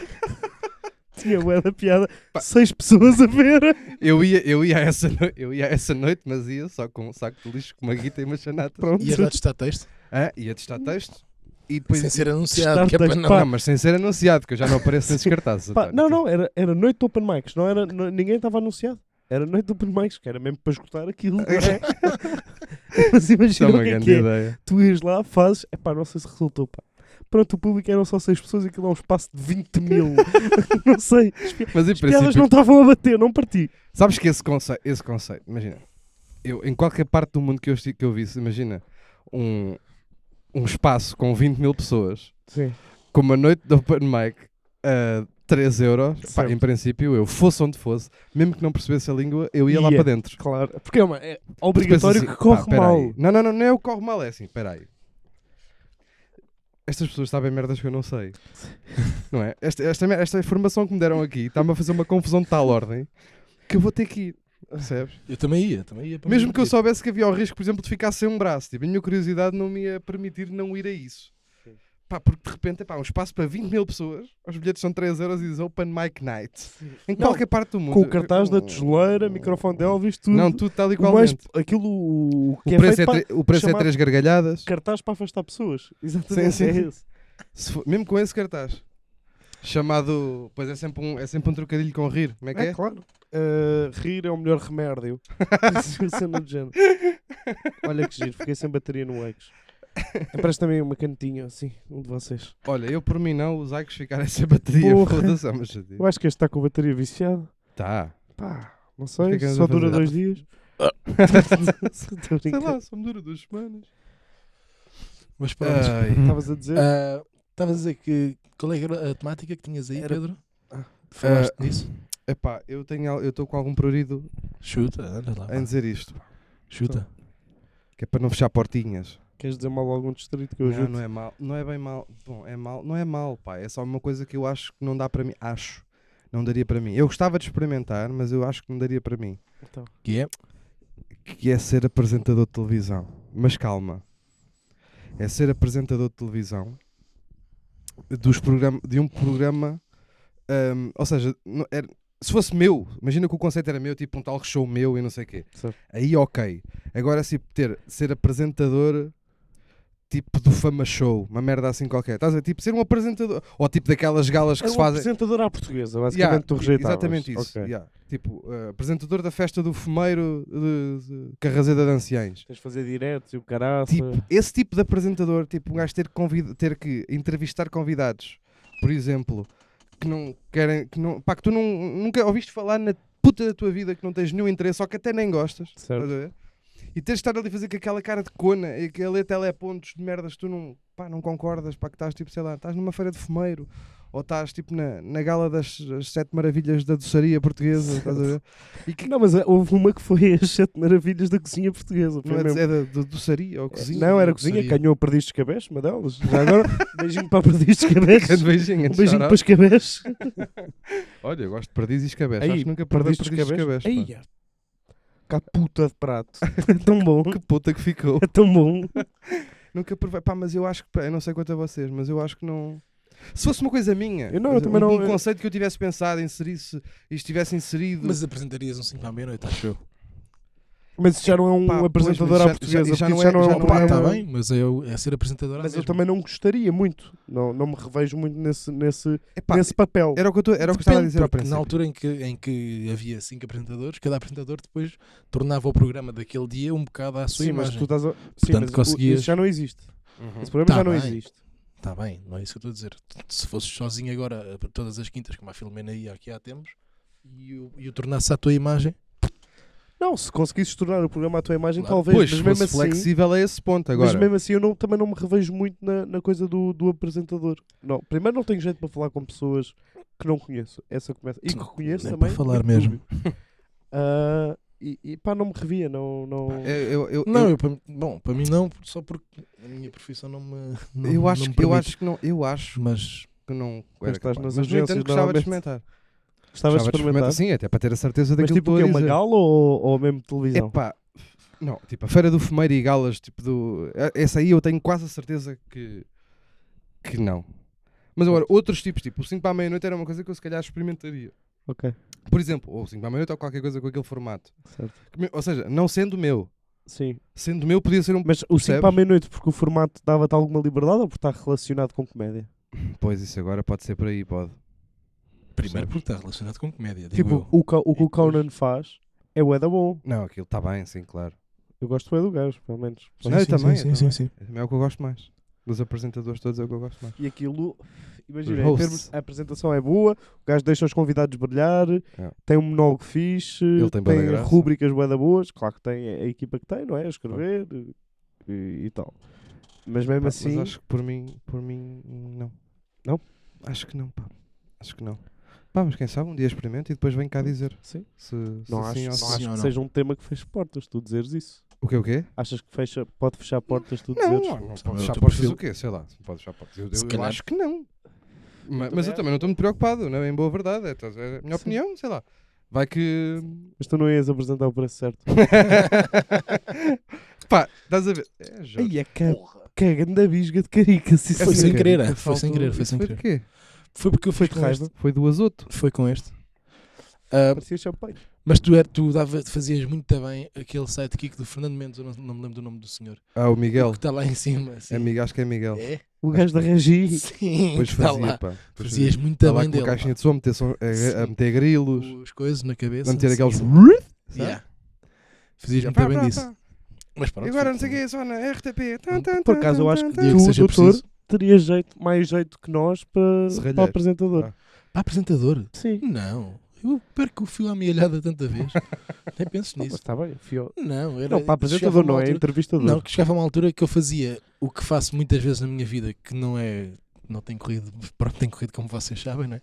Speaker 2: Tinha bué da piada. Seis pessoas a ver.
Speaker 1: Eu ia, eu, ia a essa noi- eu ia a essa noite, mas ia só com um saco de lixo, com uma guita e uma chanata.
Speaker 2: Pronto.
Speaker 3: E a dar testar texto?
Speaker 1: Ah, ia testar texto e depois.
Speaker 3: sem ser anunciado,
Speaker 2: testar
Speaker 3: que é para
Speaker 2: texto,
Speaker 3: não.
Speaker 2: pá.
Speaker 1: Não, mas sem ser anunciado, que eu já não apareço nesses cartazes.
Speaker 2: Pá,
Speaker 1: António. Tipo,
Speaker 2: não, não, era, era noite de open mics. Não era, não- ninguém estava anunciado. Era noite do open mics, que era mesmo para escutar aquilo. não é? Mas imagina o que é que é.
Speaker 1: ideia.
Speaker 2: Tu ias lá, fazes, epá, não sei se resultou, pá. Pronto, o público eram só 6 pessoas, aquilo é um espaço de 20 mil. não sei, as, pi-
Speaker 1: Mas em
Speaker 2: Tipo, as piadas
Speaker 1: princípio,
Speaker 2: não estavam a bater, não parti.
Speaker 1: sabes que esse conceito, esse conceito imagina, eu, em qualquer parte do mundo que eu, esti- que eu visse, imagina um, um espaço com 20 mil pessoas,
Speaker 2: Sim.
Speaker 1: com uma noite de open mic a 3 euros, pá,
Speaker 2: Certo.
Speaker 1: em princípio, eu fosse onde fosse, mesmo que não percebesse a língua, eu ia lá
Speaker 2: Ia.
Speaker 1: para dentro.
Speaker 2: Claro, porque é, uma, é obrigatório
Speaker 1: Tu pensas assim,
Speaker 2: que corre
Speaker 1: "Pá, peraí."
Speaker 2: mal.
Speaker 1: Não, não, não, não é o que corre mal, é assim, espera aí. Estas pessoas sabem merdas que eu não sei. Não é? Esta, esta, mer- esta informação que me deram aqui está-me a fazer uma confusão de tal ordem que eu vou ter que ir. Percebes?
Speaker 3: Eu também ia, também
Speaker 2: Então,
Speaker 3: ia. para
Speaker 1: Mesmo que eu
Speaker 3: divertir.
Speaker 1: soubesse que havia o risco, por exemplo, de ficar sem um braço. Tipo, a minha curiosidade não me ia permitir não ir a isso.
Speaker 2: Sim.
Speaker 1: Pá, porque de repente é pá, um espaço para 20 mil pessoas, os bilhetes são 3 euros e diz Open Mic Night. Em
Speaker 2: Não,
Speaker 1: qualquer parte do mundo. Hum.
Speaker 2: Com o cartaz da tesoureira, microfone de Elvis, tudo.
Speaker 1: Não, tudo tal e
Speaker 2: O mais-
Speaker 1: qualmente.
Speaker 2: aquilo o, que
Speaker 1: O
Speaker 2: é
Speaker 1: preço
Speaker 2: feito
Speaker 1: é,
Speaker 2: para
Speaker 1: tre- o preço é
Speaker 2: chamar-
Speaker 1: três gargalhadas.
Speaker 2: cartaz para afastar pessoas. Exatamente,
Speaker 1: Sim, sim.
Speaker 2: é esse.
Speaker 1: Se for- mesmo com esse cartaz. Chamado. Pois é sempre um, é sempre um trocadilho com rir. Como é que é?
Speaker 2: claro. Uh, rir é o melhor remédio. é Cena do género. Olha que giro, fiquei sem bateria no X. É, Parece também uma cantinha, assim, um de vocês.
Speaker 1: Olha, eu por mim não, os Icos ficarem sem bateria.
Speaker 2: Porra.
Speaker 1: Foda-se, mas
Speaker 2: Eu acho que este está com a bateria viciada.
Speaker 1: Tá.
Speaker 2: Pá, não
Speaker 1: O que
Speaker 2: sei,
Speaker 1: é que andas
Speaker 2: só
Speaker 1: a
Speaker 2: dura
Speaker 1: fazer?
Speaker 2: dois dias. Estou a
Speaker 1: Sei
Speaker 2: brincar.
Speaker 1: lá, só me dura duas semanas.
Speaker 3: Mas pronto.
Speaker 1: Ai.
Speaker 2: Estavas a dizer.
Speaker 3: Ah, Estavas a dizer que. Qual é que era a temática que tinhas aí,
Speaker 2: Era- Ah.
Speaker 3: Pedro? Falaste nisso?
Speaker 1: Epá, eu tenho al- eu estou com algum prurido
Speaker 3: Chuta, anda
Speaker 2: Tá
Speaker 3: lá.
Speaker 1: em dizer isto. pá,
Speaker 3: Chuta.
Speaker 1: Que é para não fechar portinhas.
Speaker 2: Queres dizer mal a algum distrito que eu
Speaker 1: Não,
Speaker 2: ajudo?
Speaker 1: não é mal. Não é bem mal. Bom, é mal. Não é mal, pá. É só uma coisa que eu acho que não dá para mim. Acho. Não daria para mim. Eu gostava de experimentar, mas eu acho que não daria para mim.
Speaker 2: Então,
Speaker 3: Que é?
Speaker 1: que é ser apresentador de televisão. Mas calma. É ser apresentador de televisão dos programa, de um programa. hum, ou seja, não- era- se fosse meu, imagina que o conceito era meu, tipo um talk show meu e não sei o quê.
Speaker 2: Certo.
Speaker 1: Aí ok. Agora se tipo, ter, ser apresentador tipo do Fama Show, uma merda assim qualquer. Estás a ver? Tipo ser um apresentador. Ou tipo daquelas galas que
Speaker 2: é
Speaker 1: se
Speaker 2: um
Speaker 1: fazem.
Speaker 2: apresentador à portuguesa, basicamente
Speaker 1: Yeah,
Speaker 2: tu
Speaker 1: e-
Speaker 2: rejeitavas.
Speaker 1: Exatamente isso.
Speaker 2: Ok.
Speaker 1: yeah. Tipo, eh, apresentador da festa do fumeiro de, de Carraseda de Anciães.
Speaker 2: Tens de fazer diretos e o caraça.
Speaker 1: Tipo, esse tipo de apresentador, tipo, um gajo ter que, convid- ter que entrevistar convidados, por exemplo, que não querem, que não, pá, que tu não, nunca ouviste falar na puta da tua vida, que não tens nenhum interesse, ou que até nem gostas.
Speaker 2: Certo.
Speaker 1: estás a ver? E teres de estar ali a fazer com aquela cara de cona e aquele telepontos de merdas que tu não, pá, não concordas, pá, que estás tipo, sei lá, estás numa feira de fumeiro ou estás tipo na, na gala das das sete maravilhas da doçaria portuguesa, estás a ver? E que
Speaker 2: Não, mas ah, houve uma que foi as sete maravilhas da cozinha portuguesa. Foi
Speaker 1: não é,
Speaker 2: mesmo.
Speaker 1: é da, da doçaria ou cozinha?
Speaker 2: não, era cozinha,
Speaker 3: Seria.
Speaker 2: ganhou o Perdiz de Cabeço, uma delas. Já agora, beijinho para o Perdiz de
Speaker 1: Grande
Speaker 2: Cabeço.
Speaker 1: beijinho,
Speaker 2: Um
Speaker 1: antes de
Speaker 2: beijinho
Speaker 1: chorar.
Speaker 2: para os Cabeços.
Speaker 1: Olha, eu gosto de perdiz e escabeche.
Speaker 2: Aí,
Speaker 1: Acho que nunca perdi perdiz, e escabeche. pá.
Speaker 2: Aí, cá puta de prato. É tão bom.
Speaker 1: Que puta que ficou.
Speaker 2: É tão bom.
Speaker 1: nunca provei. Pá, mas eu acho que. pá, Eu não sei quanto a vocês, mas eu acho que não. Se fosse uma coisa minha,
Speaker 2: Eu não, eu
Speaker 1: quer dizer,
Speaker 2: também
Speaker 1: um,
Speaker 2: não-
Speaker 1: um
Speaker 2: eu-
Speaker 1: conceito que eu tivesse pensado, inserisse e estivesse inserido.
Speaker 3: Mas apresentarias um 5 à meia-noite, acho eu.
Speaker 2: Mas isso já não é um
Speaker 1: Pá, pois,
Speaker 2: apresentador
Speaker 1: mas
Speaker 2: à
Speaker 1: já-
Speaker 2: portuguesa.
Speaker 1: já- já
Speaker 2: porque
Speaker 1: não
Speaker 2: isso já
Speaker 1: é-
Speaker 2: não é
Speaker 1: já
Speaker 2: um
Speaker 1: não é-
Speaker 3: Pá, está
Speaker 2: programa.
Speaker 3: bem, mas é, o- é ser apresentadora
Speaker 2: Mas eu
Speaker 3: mesmo.
Speaker 2: também não gostaria muito. Não, não me revejo muito nesse, nesse,
Speaker 1: Epá,
Speaker 2: nesse papel.
Speaker 1: Era o que eu, tô- era o que eu estava a
Speaker 3: Depende,
Speaker 1: dizer ao
Speaker 3: porque na
Speaker 1: princípio.
Speaker 3: altura em que, em que havia cinco apresentadores, cada apresentador depois tornava o programa daquele dia um bocado à sua
Speaker 2: Sim, mas
Speaker 3: imagem.
Speaker 2: tu estás a... Sim,
Speaker 3: Portanto,
Speaker 2: mas o-
Speaker 3: conseguias-
Speaker 2: isso já não existe.
Speaker 1: Uhum.
Speaker 2: Esse programa
Speaker 3: Tá
Speaker 2: já não
Speaker 3: bem.
Speaker 2: existe.
Speaker 3: Está bem, não é isso que eu estou a dizer. Se fosses sozinho agora, eh, todas as quintas, como a Filomena ia aqui há tempos, e o, e o tornasse à tua imagem,
Speaker 2: Não, se conseguisses tornar o programa à tua imagem,
Speaker 3: Claro.
Speaker 2: talvez,
Speaker 1: Pois,
Speaker 2: mas
Speaker 1: se
Speaker 2: mesmo
Speaker 1: fosse
Speaker 2: assim.
Speaker 1: flexível a esse ponto agora.
Speaker 2: Mas mesmo assim eu não- também não me revejo muito na, na coisa do, do apresentador. Não, primeiro não tenho jeito para falar com pessoas que não conheço. Essa começa. E que conheço
Speaker 1: é
Speaker 3: nem
Speaker 2: também.
Speaker 3: é para falar
Speaker 2: muito
Speaker 3: mesmo.
Speaker 2: dúbio. Ah, e, e pá, não me revia, não. não...
Speaker 1: Eu, eu, eu,
Speaker 3: Não,
Speaker 1: eu,
Speaker 3: eu, para- bom, para mim não, só porque a minha profissão não me. Não,
Speaker 1: eu
Speaker 3: não
Speaker 1: acho,
Speaker 3: me
Speaker 1: que- eu
Speaker 3: permite.
Speaker 1: acho que não. Eu acho
Speaker 3: Mas
Speaker 1: que não.
Speaker 2: Mas
Speaker 1: era capaz.
Speaker 2: estás nas
Speaker 1: mas no
Speaker 2: agências,
Speaker 1: entanto, gostava de
Speaker 2: normalmente.
Speaker 1: experimentar.
Speaker 2: Gostavas de
Speaker 1: Gostava
Speaker 2: experimentar?
Speaker 1: Sim, até para ter a certeza
Speaker 2: Mas
Speaker 1: assim, daquilo
Speaker 2: tipo
Speaker 1: que
Speaker 2: que
Speaker 1: estou a
Speaker 2: uma
Speaker 1: dizer.
Speaker 2: gala ou, ou mesmo televisão?
Speaker 1: Epá, não, tipo, a Feira do Fumeiro e Galas, tipo, do... essa aí eu tenho quase a certeza que, que não. Mas agora, outros tipos, tipo, o 5 para a meia-noite era uma coisa que eu se calhar experimentaria.
Speaker 2: Ok,
Speaker 1: Por exemplo, ou o 5 para a meia-noite ou qualquer coisa com aquele formato.
Speaker 2: certo.
Speaker 1: Que me- Ou seja, não sendo meu.
Speaker 2: Sim.
Speaker 1: Sendo meu podia ser um...
Speaker 2: Mas o 5
Speaker 1: Percebes?
Speaker 2: para a meia-noite, porque o formato dava-te alguma liberdade ou porque está relacionado com comédia?
Speaker 1: Pois, isso agora pode ser por aí, pode.
Speaker 3: primeiro porque está relacionado com comédia.
Speaker 2: tipo,
Speaker 3: digo
Speaker 2: o, ca- o que
Speaker 3: E
Speaker 2: o
Speaker 3: depois-
Speaker 2: Conan faz é o Eda bom.
Speaker 1: Não, aquilo está bem, sim, claro.
Speaker 2: Eu gosto bem do gajo, pelo menos.
Speaker 1: Não, eu também,
Speaker 3: Sim,
Speaker 1: eu
Speaker 3: sim,
Speaker 1: também.
Speaker 3: sim.
Speaker 1: É o que eu gosto mais. Dos apresentadores todos é o que eu gosto mais.
Speaker 2: E aquilo, imagina,
Speaker 1: Os
Speaker 2: em
Speaker 1: hosts.
Speaker 2: termos- a apresentação é boa, o gajo deixa os convidados brilhar, tem um monólogo fixe,
Speaker 1: É. tem bué da
Speaker 2: tem
Speaker 1: graça.
Speaker 2: rúbricas bué da boas, claro que tem a equipa que tem, não é? A escrever e, e tal. Mas mesmo
Speaker 1: Pá,
Speaker 2: assim,
Speaker 1: Mas acho que por mim, por mim, não.
Speaker 2: Não?
Speaker 1: Acho que não, pá. Acho que não. Pá, mas quem sabe, um dia experimento e depois vem cá dizer
Speaker 2: Hum, sim,
Speaker 1: se, se
Speaker 2: não, acho,
Speaker 1: sim
Speaker 2: não
Speaker 1: ou se-
Speaker 2: acho
Speaker 3: sim ou
Speaker 2: que
Speaker 3: não.
Speaker 2: seja um tema que feche portas, tu dizeres isso.
Speaker 1: O quê, o quê?
Speaker 2: Achas que fecha, pode fechar portas, tu
Speaker 1: Não,
Speaker 2: dizeres?
Speaker 1: não, não
Speaker 3: Sabe,
Speaker 1: pode
Speaker 3: o
Speaker 1: deixar
Speaker 3: teu
Speaker 1: portas
Speaker 3: perfil.
Speaker 1: o quê? Sei lá, se pode deixar portas. Eu,
Speaker 3: Se
Speaker 1: eu
Speaker 3: calhar.
Speaker 1: acho que não. Ma- Mas,
Speaker 2: Hum, também
Speaker 1: eu também não estou muito preocupado, não é? em boa verdade. É, tá- é a minha
Speaker 2: Sim.
Speaker 1: opinião, sei lá. Vai que.
Speaker 2: Mas tu não ias apresentar o preço certo.
Speaker 1: pá, estás a ver. É, Jorge.
Speaker 2: Ai, é que que grande bisga de carica. se isso
Speaker 1: Foi
Speaker 3: Foi sem
Speaker 1: quê?
Speaker 3: querer,
Speaker 2: Nunca
Speaker 3: é, foi sem
Speaker 2: faltou.
Speaker 3: querer, foi
Speaker 1: Isso
Speaker 3: sem
Speaker 1: foi de
Speaker 3: querer.
Speaker 1: quê?
Speaker 3: Foi porque eu fui com
Speaker 2: raiva.
Speaker 3: este.
Speaker 1: Foi do azoto.
Speaker 3: Foi com este. Ah,
Speaker 2: Parecia champanhe.
Speaker 3: mas tu, era, tu dava, fazias muito bem aquele sidekick do Fernando Mendes, eu não, não me lembro do nome do senhor.
Speaker 1: Ah, o Miguel.
Speaker 3: Que está lá em cima. Assim.
Speaker 1: É Miguel, acho que é Miguel.
Speaker 3: É?
Speaker 2: O gajo da Regi.
Speaker 3: Sim,
Speaker 1: Depois
Speaker 3: está
Speaker 1: fazia,
Speaker 3: lá.
Speaker 1: pá. Depois
Speaker 3: Fazias muito
Speaker 1: Tá lá
Speaker 3: bem
Speaker 1: com
Speaker 3: dele.
Speaker 1: a
Speaker 3: pá.
Speaker 1: caixinha de som, meter som- é, a, a
Speaker 3: Sim.
Speaker 1: meter grilos,
Speaker 3: Os coisas na cabeça.
Speaker 1: a meter
Speaker 3: sim,
Speaker 1: aqueles.
Speaker 3: sim.
Speaker 1: sabe?
Speaker 3: Yeah. Fazias
Speaker 1: Já,
Speaker 3: muito
Speaker 1: pá,
Speaker 3: bem
Speaker 1: pá,
Speaker 3: disso.
Speaker 1: pá.
Speaker 3: Mas pronto.
Speaker 1: Agora
Speaker 3: foi-
Speaker 1: não sei o que é só na RTP. Tan,
Speaker 3: Por
Speaker 1: tan,
Speaker 2: Por
Speaker 1: tan,
Speaker 2: acaso, eu
Speaker 1: tan,
Speaker 2: acho
Speaker 1: tan,
Speaker 2: que
Speaker 1: tan.
Speaker 3: dia
Speaker 2: tu,
Speaker 3: que seja
Speaker 2: doutor,
Speaker 3: preciso.
Speaker 2: teria jeito, mais jeito que nós para,
Speaker 1: Serralheiro.
Speaker 2: para apresentador.
Speaker 1: Ah.
Speaker 3: Pá, apresentador?
Speaker 2: Sim.
Speaker 3: Não. Eu perco o fio à mealhada tanta vez. Nem penso
Speaker 2: Ah, Mas
Speaker 3: nisso.
Speaker 2: está bem, fio.
Speaker 3: Não, era.
Speaker 2: Não, para
Speaker 3: chegava
Speaker 2: apresentador
Speaker 3: uma
Speaker 2: não, é
Speaker 3: altura-
Speaker 2: entrevistador.
Speaker 3: Não, que chegava a uma altura que eu fazia o que faço muitas vezes na minha vida, que não é. Não tem corrido. Pronto, tem corrido como vocês sabem, não é?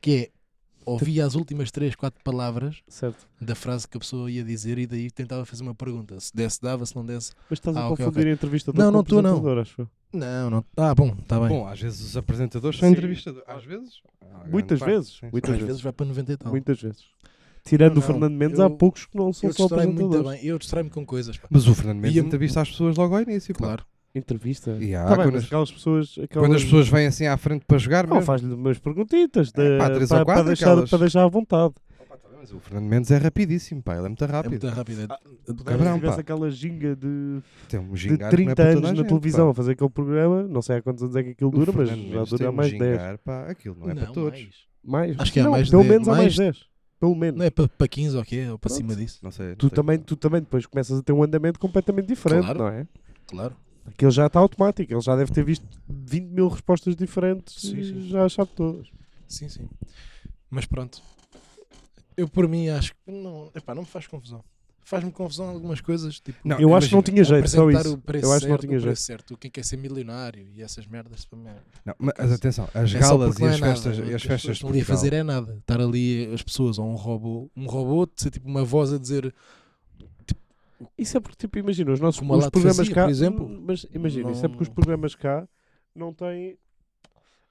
Speaker 3: Que é. Ouvia as últimas três, quatro palavras
Speaker 2: Certo.
Speaker 3: da frase que a pessoa ia dizer e daí tentava fazer uma pergunta. Se desse, dava, se não desse.
Speaker 2: Mas estás a
Speaker 3: Ah, ok,
Speaker 2: confundir entrevistador
Speaker 3: Não,
Speaker 2: com
Speaker 3: não estou, não.
Speaker 2: apresentador, acho eu.
Speaker 3: Não, não. Ah, bom, está bem.
Speaker 1: Bom, às vezes os apresentadores são
Speaker 2: Sim.
Speaker 1: entrevistadores. Às vezes? Ah, grande
Speaker 2: Muitas
Speaker 1: parte,
Speaker 2: vezes,
Speaker 1: sim,
Speaker 2: muitas
Speaker 1: sim.
Speaker 3: às vezes vai para 90 e tal.
Speaker 2: Muitas vezes. Tirando
Speaker 3: Não,
Speaker 2: o
Speaker 3: não,
Speaker 2: Fernando Mendes,
Speaker 3: eu-
Speaker 2: há poucos que não são
Speaker 3: Eu
Speaker 2: só
Speaker 3: distraio muito
Speaker 2: apresentadores.
Speaker 3: bem. Eu distraio-me com coisas, pá.
Speaker 1: Mas o Fernando Mendes
Speaker 3: E a-
Speaker 1: entrevista as pessoas logo ao início, pá.
Speaker 3: Claro.
Speaker 2: Entrevista.
Speaker 1: E há,
Speaker 2: Está Tá bem,
Speaker 1: quando,
Speaker 2: mas
Speaker 1: as,
Speaker 2: aquelas pessoas... Aquelas...
Speaker 1: quando as pessoas vêm assim à frente para jogar,
Speaker 2: Não,
Speaker 1: mesmo.
Speaker 2: faz-lhe umas perguntitas de-
Speaker 1: É, pá, três ou
Speaker 2: para, para
Speaker 1: quatro,
Speaker 2: deixar,
Speaker 1: aquelas-
Speaker 2: para deixar à vontade.
Speaker 1: Opa, tá bem, mas o Fernando Mendes é rapidíssimo, pá. Ele é muito
Speaker 3: É
Speaker 1: rápido.
Speaker 3: muito rápido. é-
Speaker 2: Ah,
Speaker 3: do
Speaker 1: Cabrão,
Speaker 2: se
Speaker 3: caralho.
Speaker 2: tivesse
Speaker 1: pá.
Speaker 2: aquela ginga de
Speaker 1: Tem um
Speaker 2: de
Speaker 1: gingar que não é
Speaker 2: 30
Speaker 1: para toda
Speaker 2: anos
Speaker 1: a
Speaker 2: na
Speaker 1: gente,
Speaker 2: televisão
Speaker 1: pá.
Speaker 2: a fazer aquele programa, não sei há quantos anos é que aquilo
Speaker 1: O
Speaker 2: dura, mas
Speaker 1: Fernando
Speaker 2: já
Speaker 1: Mendes
Speaker 2: dura
Speaker 1: tem
Speaker 2: há
Speaker 1: um
Speaker 2: mais 10.
Speaker 1: gingar, pá. Aquilo não é para
Speaker 3: Não,
Speaker 1: todos.
Speaker 3: mais.
Speaker 2: Mais?
Speaker 3: Acho que há
Speaker 2: não,
Speaker 3: mais
Speaker 2: pelo
Speaker 3: 10,
Speaker 2: menos há mais
Speaker 3: mais-
Speaker 2: 10. Pelo menos.
Speaker 3: Não é para, para 15 ou o quê? Ou para
Speaker 2: Pronto.
Speaker 3: cima disso?
Speaker 1: Não sei. não
Speaker 2: tu,
Speaker 1: sei.
Speaker 2: também, tu também depois começas a ter um andamento completamente diferente,
Speaker 3: Claro.
Speaker 2: não é?
Speaker 3: Claro.
Speaker 2: Aquilo já está automático, ele já deve ter visto 20 mil respostas diferentes
Speaker 3: Sim,
Speaker 2: e
Speaker 3: sim.
Speaker 2: já sabe todas.
Speaker 3: Sim, sim. Mas pronto. Eu por mim acho que não. Epá, não me faz confusão. Faz-me confusão algumas coisas. Tipo,
Speaker 1: Não,
Speaker 2: eu acho que não
Speaker 1: imagina.
Speaker 2: tinha jeito, só
Speaker 3: apresentar
Speaker 2: isso.
Speaker 3: o preço
Speaker 2: Eu acho que não
Speaker 3: certo,
Speaker 2: tinha
Speaker 3: o
Speaker 2: jeito.
Speaker 3: preço certo, quem quer é ser milionário e essas merdas para mim.
Speaker 1: Não, mas atenção, as
Speaker 3: É só
Speaker 1: galas
Speaker 3: porque
Speaker 1: e
Speaker 3: não
Speaker 1: as
Speaker 3: é nada.
Speaker 1: festas, e as
Speaker 3: pessoas
Speaker 1: festas de
Speaker 3: estão ali a
Speaker 1: Portugal.
Speaker 3: fazer é nada. Estar ali as pessoas ou um robô, um robô, de ser tipo uma voz a dizer
Speaker 2: Isso é porque, tipo, imagina, os nossos
Speaker 3: Como a
Speaker 2: os
Speaker 3: Lato
Speaker 2: programas
Speaker 3: fazia,
Speaker 2: cá.
Speaker 3: por exemplo.
Speaker 2: Mas imagina, isso é porque os
Speaker 3: Não-
Speaker 2: programas cá não têm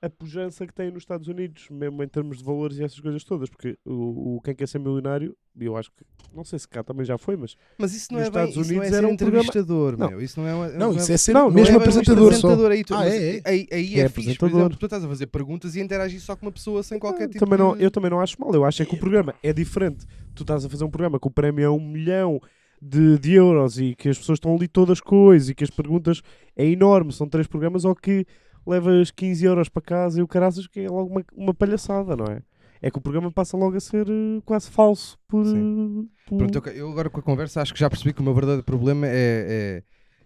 Speaker 2: a pujança que têm nos Estados Unidos, mesmo em termos de valores e essas coisas todas. Porque o, o Quem Quer Ser Milionário, e eu acho que. Não sei se cá também já foi, mas.
Speaker 1: Mas isso não
Speaker 2: Nos
Speaker 1: é bem,
Speaker 2: Estados
Speaker 1: isso não é
Speaker 2: Unidos
Speaker 1: ser
Speaker 2: era um programa-
Speaker 1: entrevistador,
Speaker 2: Não.
Speaker 1: meu. Isso não é uma-
Speaker 3: Não, isso é ser
Speaker 2: Não, não
Speaker 3: mesmo
Speaker 2: é bem um
Speaker 3: apresentador só.
Speaker 1: apresentador aí, tu-
Speaker 3: Ah,
Speaker 1: mas
Speaker 3: é, é.
Speaker 1: aí, aí é,
Speaker 2: É
Speaker 1: fixe, por
Speaker 2: apresentador.
Speaker 1: exemplo, tu estás a fazer perguntas e interagir só com uma pessoa sem qualquer
Speaker 2: Ah,
Speaker 1: tipo
Speaker 2: também não,
Speaker 1: de...
Speaker 2: eu também não acho mal. Eu acho é que o programa é diferente. Tu estás a fazer um programa que o prémio é um milhão de, de euros e que as pessoas estão ali todas coisas e que as perguntas é enorme. São três programas ou que levas 15 euros para casa e o caraças que é logo uma, uma palhaçada, não é? É que o programa passa logo a ser eh, quase falso por. eh, por-
Speaker 1: Pronto, eu, eu agora com a conversa acho que já percebi que o meu verdadeiro problema é,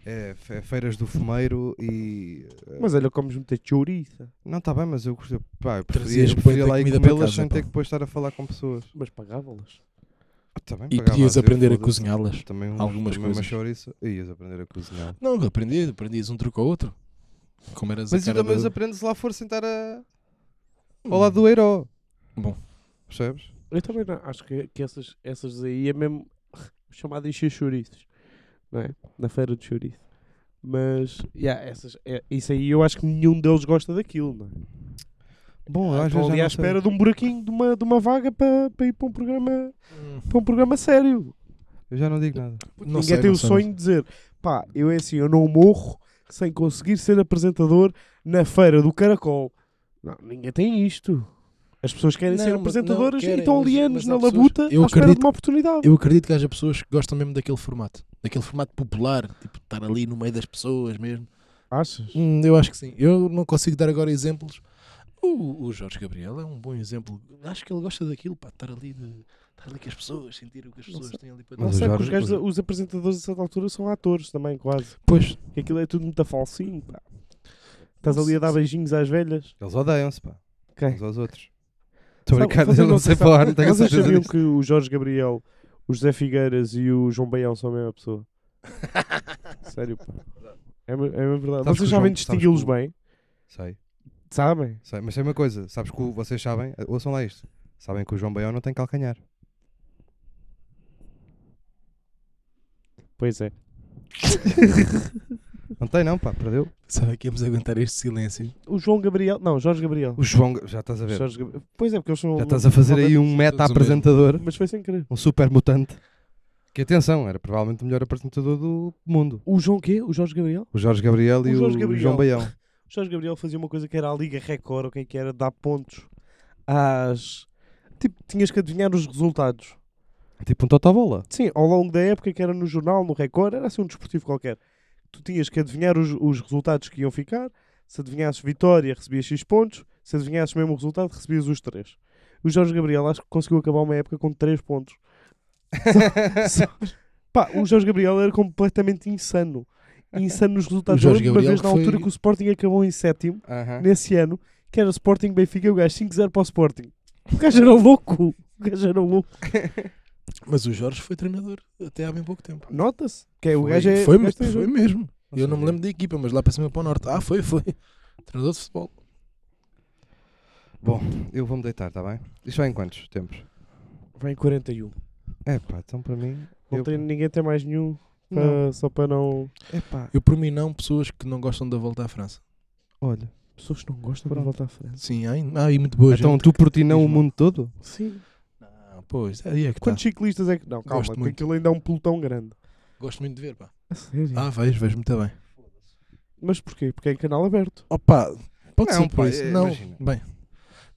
Speaker 1: é- é fe- feiras do fumeiro e...
Speaker 2: Mas olha, comes muita chouriça.
Speaker 1: Não, está bem, mas eu, gostei- pá, eu
Speaker 3: Trazias
Speaker 1: preferia, eu preferia
Speaker 3: bué da
Speaker 1: lá ir
Speaker 3: comida para
Speaker 1: comê-las
Speaker 3: casa,
Speaker 1: sem
Speaker 3: pá.
Speaker 1: ter que depois estar a falar com pessoas.
Speaker 2: Mas pagava-las.
Speaker 1: Ah, tá bem,
Speaker 3: e
Speaker 1: pagava
Speaker 3: podias
Speaker 1: às vezes,
Speaker 3: aprender a
Speaker 1: foda-se.
Speaker 3: cozinhá-las.
Speaker 1: Também um-
Speaker 3: algumas
Speaker 1: também uma
Speaker 3: coisas.
Speaker 1: chouriça. Ias aprender a cozinhar.
Speaker 3: Não, aprendi, aprendias um truque ao outro. Como eras
Speaker 1: Mas
Speaker 3: a
Speaker 1: isso
Speaker 3: cara
Speaker 1: também os
Speaker 3: da-
Speaker 1: aprendes lá for sentar a... ao lado do Eiro.
Speaker 3: Bom.
Speaker 1: Percebes?
Speaker 2: Eu também não. Acho que, que essas, essas aí é mesmo chamada encher chouriços, não é? Na feira de chouriço. Mas, yeah, essas, é, isso aí eu acho que nenhum deles gosta daquilo, não é?
Speaker 1: Bom, às
Speaker 2: Estão
Speaker 1: vezes
Speaker 2: ali
Speaker 1: já
Speaker 2: à
Speaker 1: não sei.
Speaker 2: espera de um buraquinho, de uma, de uma vaga para, para ir para um programa,
Speaker 3: Hum,
Speaker 2: para um programa sério.
Speaker 1: Eu já não digo nada.
Speaker 3: não
Speaker 2: Ninguém
Speaker 3: sei,
Speaker 2: tem
Speaker 3: não
Speaker 2: o
Speaker 3: sei,
Speaker 2: sonho de dizer, pá, eu é assim, eu não morro sem conseguir ser apresentador na feira do Caracol. Não, ninguém tem isto. As pessoas querem
Speaker 3: Não,
Speaker 2: ser
Speaker 3: mas- não,
Speaker 2: apresentadoras
Speaker 3: querem,
Speaker 2: e estão
Speaker 3: mas-
Speaker 2: ali anos
Speaker 3: mas
Speaker 2: na
Speaker 3: há pessoas-
Speaker 2: labuta
Speaker 3: eu
Speaker 2: à espera de
Speaker 3: acredito-
Speaker 2: uma oportunidade.
Speaker 3: Eu acredito que haja pessoas que gostam mesmo daquele formato. Daquele formato popular, tipo, estar ali no meio das pessoas mesmo.
Speaker 2: Achas?
Speaker 3: Hum, eu acho que sim. Eu não consigo dar agora exemplos. O, O, o Jorge Gabriel é um bom exemplo. Acho que ele gosta daquilo, pá, de estar ali, de, estar ali com as pessoas, sentir o que as
Speaker 2: Não
Speaker 3: pessoas
Speaker 2: sei.
Speaker 3: têm ali para
Speaker 2: Não
Speaker 1: Mas o
Speaker 3: dizer.
Speaker 2: sei, porque os,
Speaker 1: Jorge-
Speaker 2: gajos-
Speaker 1: o-
Speaker 2: os apresentadores a certa altura são atores também, quase.
Speaker 3: Pois,
Speaker 2: Que aquilo é tudo muito falsinho, pá. Estás ali a dar beijinhos às velhas.
Speaker 1: Eles odeiam-se, pá.
Speaker 2: Quem?
Speaker 1: Uns aos outros. Estou
Speaker 2: Sabe-
Speaker 1: brincando,
Speaker 2: vocês
Speaker 1: eu não sei
Speaker 2: sabem-
Speaker 1: falar, não tenho
Speaker 2: Vocês
Speaker 1: certeza
Speaker 2: sabiam
Speaker 1: disso.
Speaker 2: que o Jorge Gabriel, o José Figueiras e o João Baião são a mesma pessoa? Sério, pá. É, me- é mesmo
Speaker 1: Sabes
Speaker 2: verdade.
Speaker 1: que o
Speaker 2: Vocês sabem
Speaker 1: João-
Speaker 2: distingui-los
Speaker 1: sabes
Speaker 2: bem?
Speaker 1: Sei,
Speaker 2: Sabem?
Speaker 1: sei. Mas sei uma coisa, sabes que o- vocês sabem, ouçam lá isto. Sabem que o João Baião não tem calcanhar.
Speaker 2: Pois é.
Speaker 1: Não tem não, pá, perdeu.
Speaker 3: sabe que íamos aguentar este silêncio.
Speaker 2: O João Gabriel. Não, Jorge Gabriel.
Speaker 1: O João, já estás a ver,
Speaker 2: Jorge Gabriel. Pois é, porque eles são.
Speaker 1: já estás a fazer aí um meta-apresentador,
Speaker 2: Mas foi sem querer.
Speaker 1: um super mutante. Que atenção, era provavelmente o melhor apresentador do mundo.
Speaker 2: O João quê? O Jorge Gabriel?
Speaker 1: O Jorge Gabriel e
Speaker 2: O
Speaker 1: o,
Speaker 2: Jorge Gabriel.
Speaker 1: João Baião.
Speaker 2: O Jorge Gabriel fazia uma coisa que era a Liga Record, ou quem é que era, dar pontos às. Tipo, tinhas que adivinhar os resultados.
Speaker 1: Tipo um totobola.
Speaker 2: Sim, ao longo da época que era no jornal, no Record, era assim um desportivo qualquer. Tu tinhas que adivinhar os, os resultados que iam ficar. Se adivinhasses vitória, recebias X pontos. Se adivinhasses mesmo o resultado, recebias os 3. O Jorge Gabriel acho que conseguiu acabar uma época com 3 pontos. Só- só- Pá, o Jorge Gabriel era completamente insano. Insano nos resultados.
Speaker 3: O Jorge
Speaker 2: Eu lembro uma
Speaker 3: Gabriel
Speaker 2: vez na
Speaker 3: que foi-
Speaker 2: altura que o Sporting acabou em sétimo,
Speaker 1: Aham.
Speaker 2: nesse ano, que era Sporting Benfica, o gajo 5-0 para o Sporting. O gajo era um louco. O gajo era um louco.
Speaker 3: Mas o Jorge foi treinador até há bem pouco tempo.
Speaker 2: Nota-se. Que é, o
Speaker 1: Foi-
Speaker 2: gajo é.
Speaker 3: foi,
Speaker 2: o gajo tem
Speaker 3: foi
Speaker 2: jogo.
Speaker 3: mesmo.
Speaker 1: Não
Speaker 3: eu não me
Speaker 1: sabia.
Speaker 3: lembro da equipa, mas lá para cima para o norte. Ah, foi, foi. Treinador de futebol.
Speaker 1: Bom, eu vou-me deitar, está bem? Isto vai em quantos tempos?
Speaker 2: Vai em 41.
Speaker 1: É pá, então para mim...
Speaker 2: Não
Speaker 1: eu-
Speaker 2: tem, ninguém tem mais nenhum. pra-
Speaker 1: Não.
Speaker 2: Só para não.
Speaker 1: É pá,
Speaker 3: Eu, por mim, não, pessoas que não gostam da volta à França.
Speaker 1: olha.
Speaker 2: Pessoas que não gostam
Speaker 1: Pronto.
Speaker 2: de voltar à frente.
Speaker 3: Sim, há, há aí muito boa
Speaker 1: Então
Speaker 3: gente.
Speaker 1: tu por ti não o
Speaker 3: diz mal.
Speaker 1: mundo todo?
Speaker 2: Sim.
Speaker 3: Ah, pois, aí é que tá.
Speaker 2: Quantos ciclistas é que. Não, calma,
Speaker 3: Gosto
Speaker 2: que
Speaker 3: muito.
Speaker 2: aquilo ainda é um pelotão grande.
Speaker 3: Gosto muito de ver, pá.
Speaker 2: A sério.
Speaker 3: tá. Ah, vejo, vejo muito bem.
Speaker 2: Mas porquê? Porque é em canal aberto.
Speaker 3: Opa, pode
Speaker 1: Não,
Speaker 3: ser por
Speaker 1: pá,
Speaker 3: isso.
Speaker 1: é,
Speaker 3: Não,
Speaker 1: imagina.
Speaker 3: bem.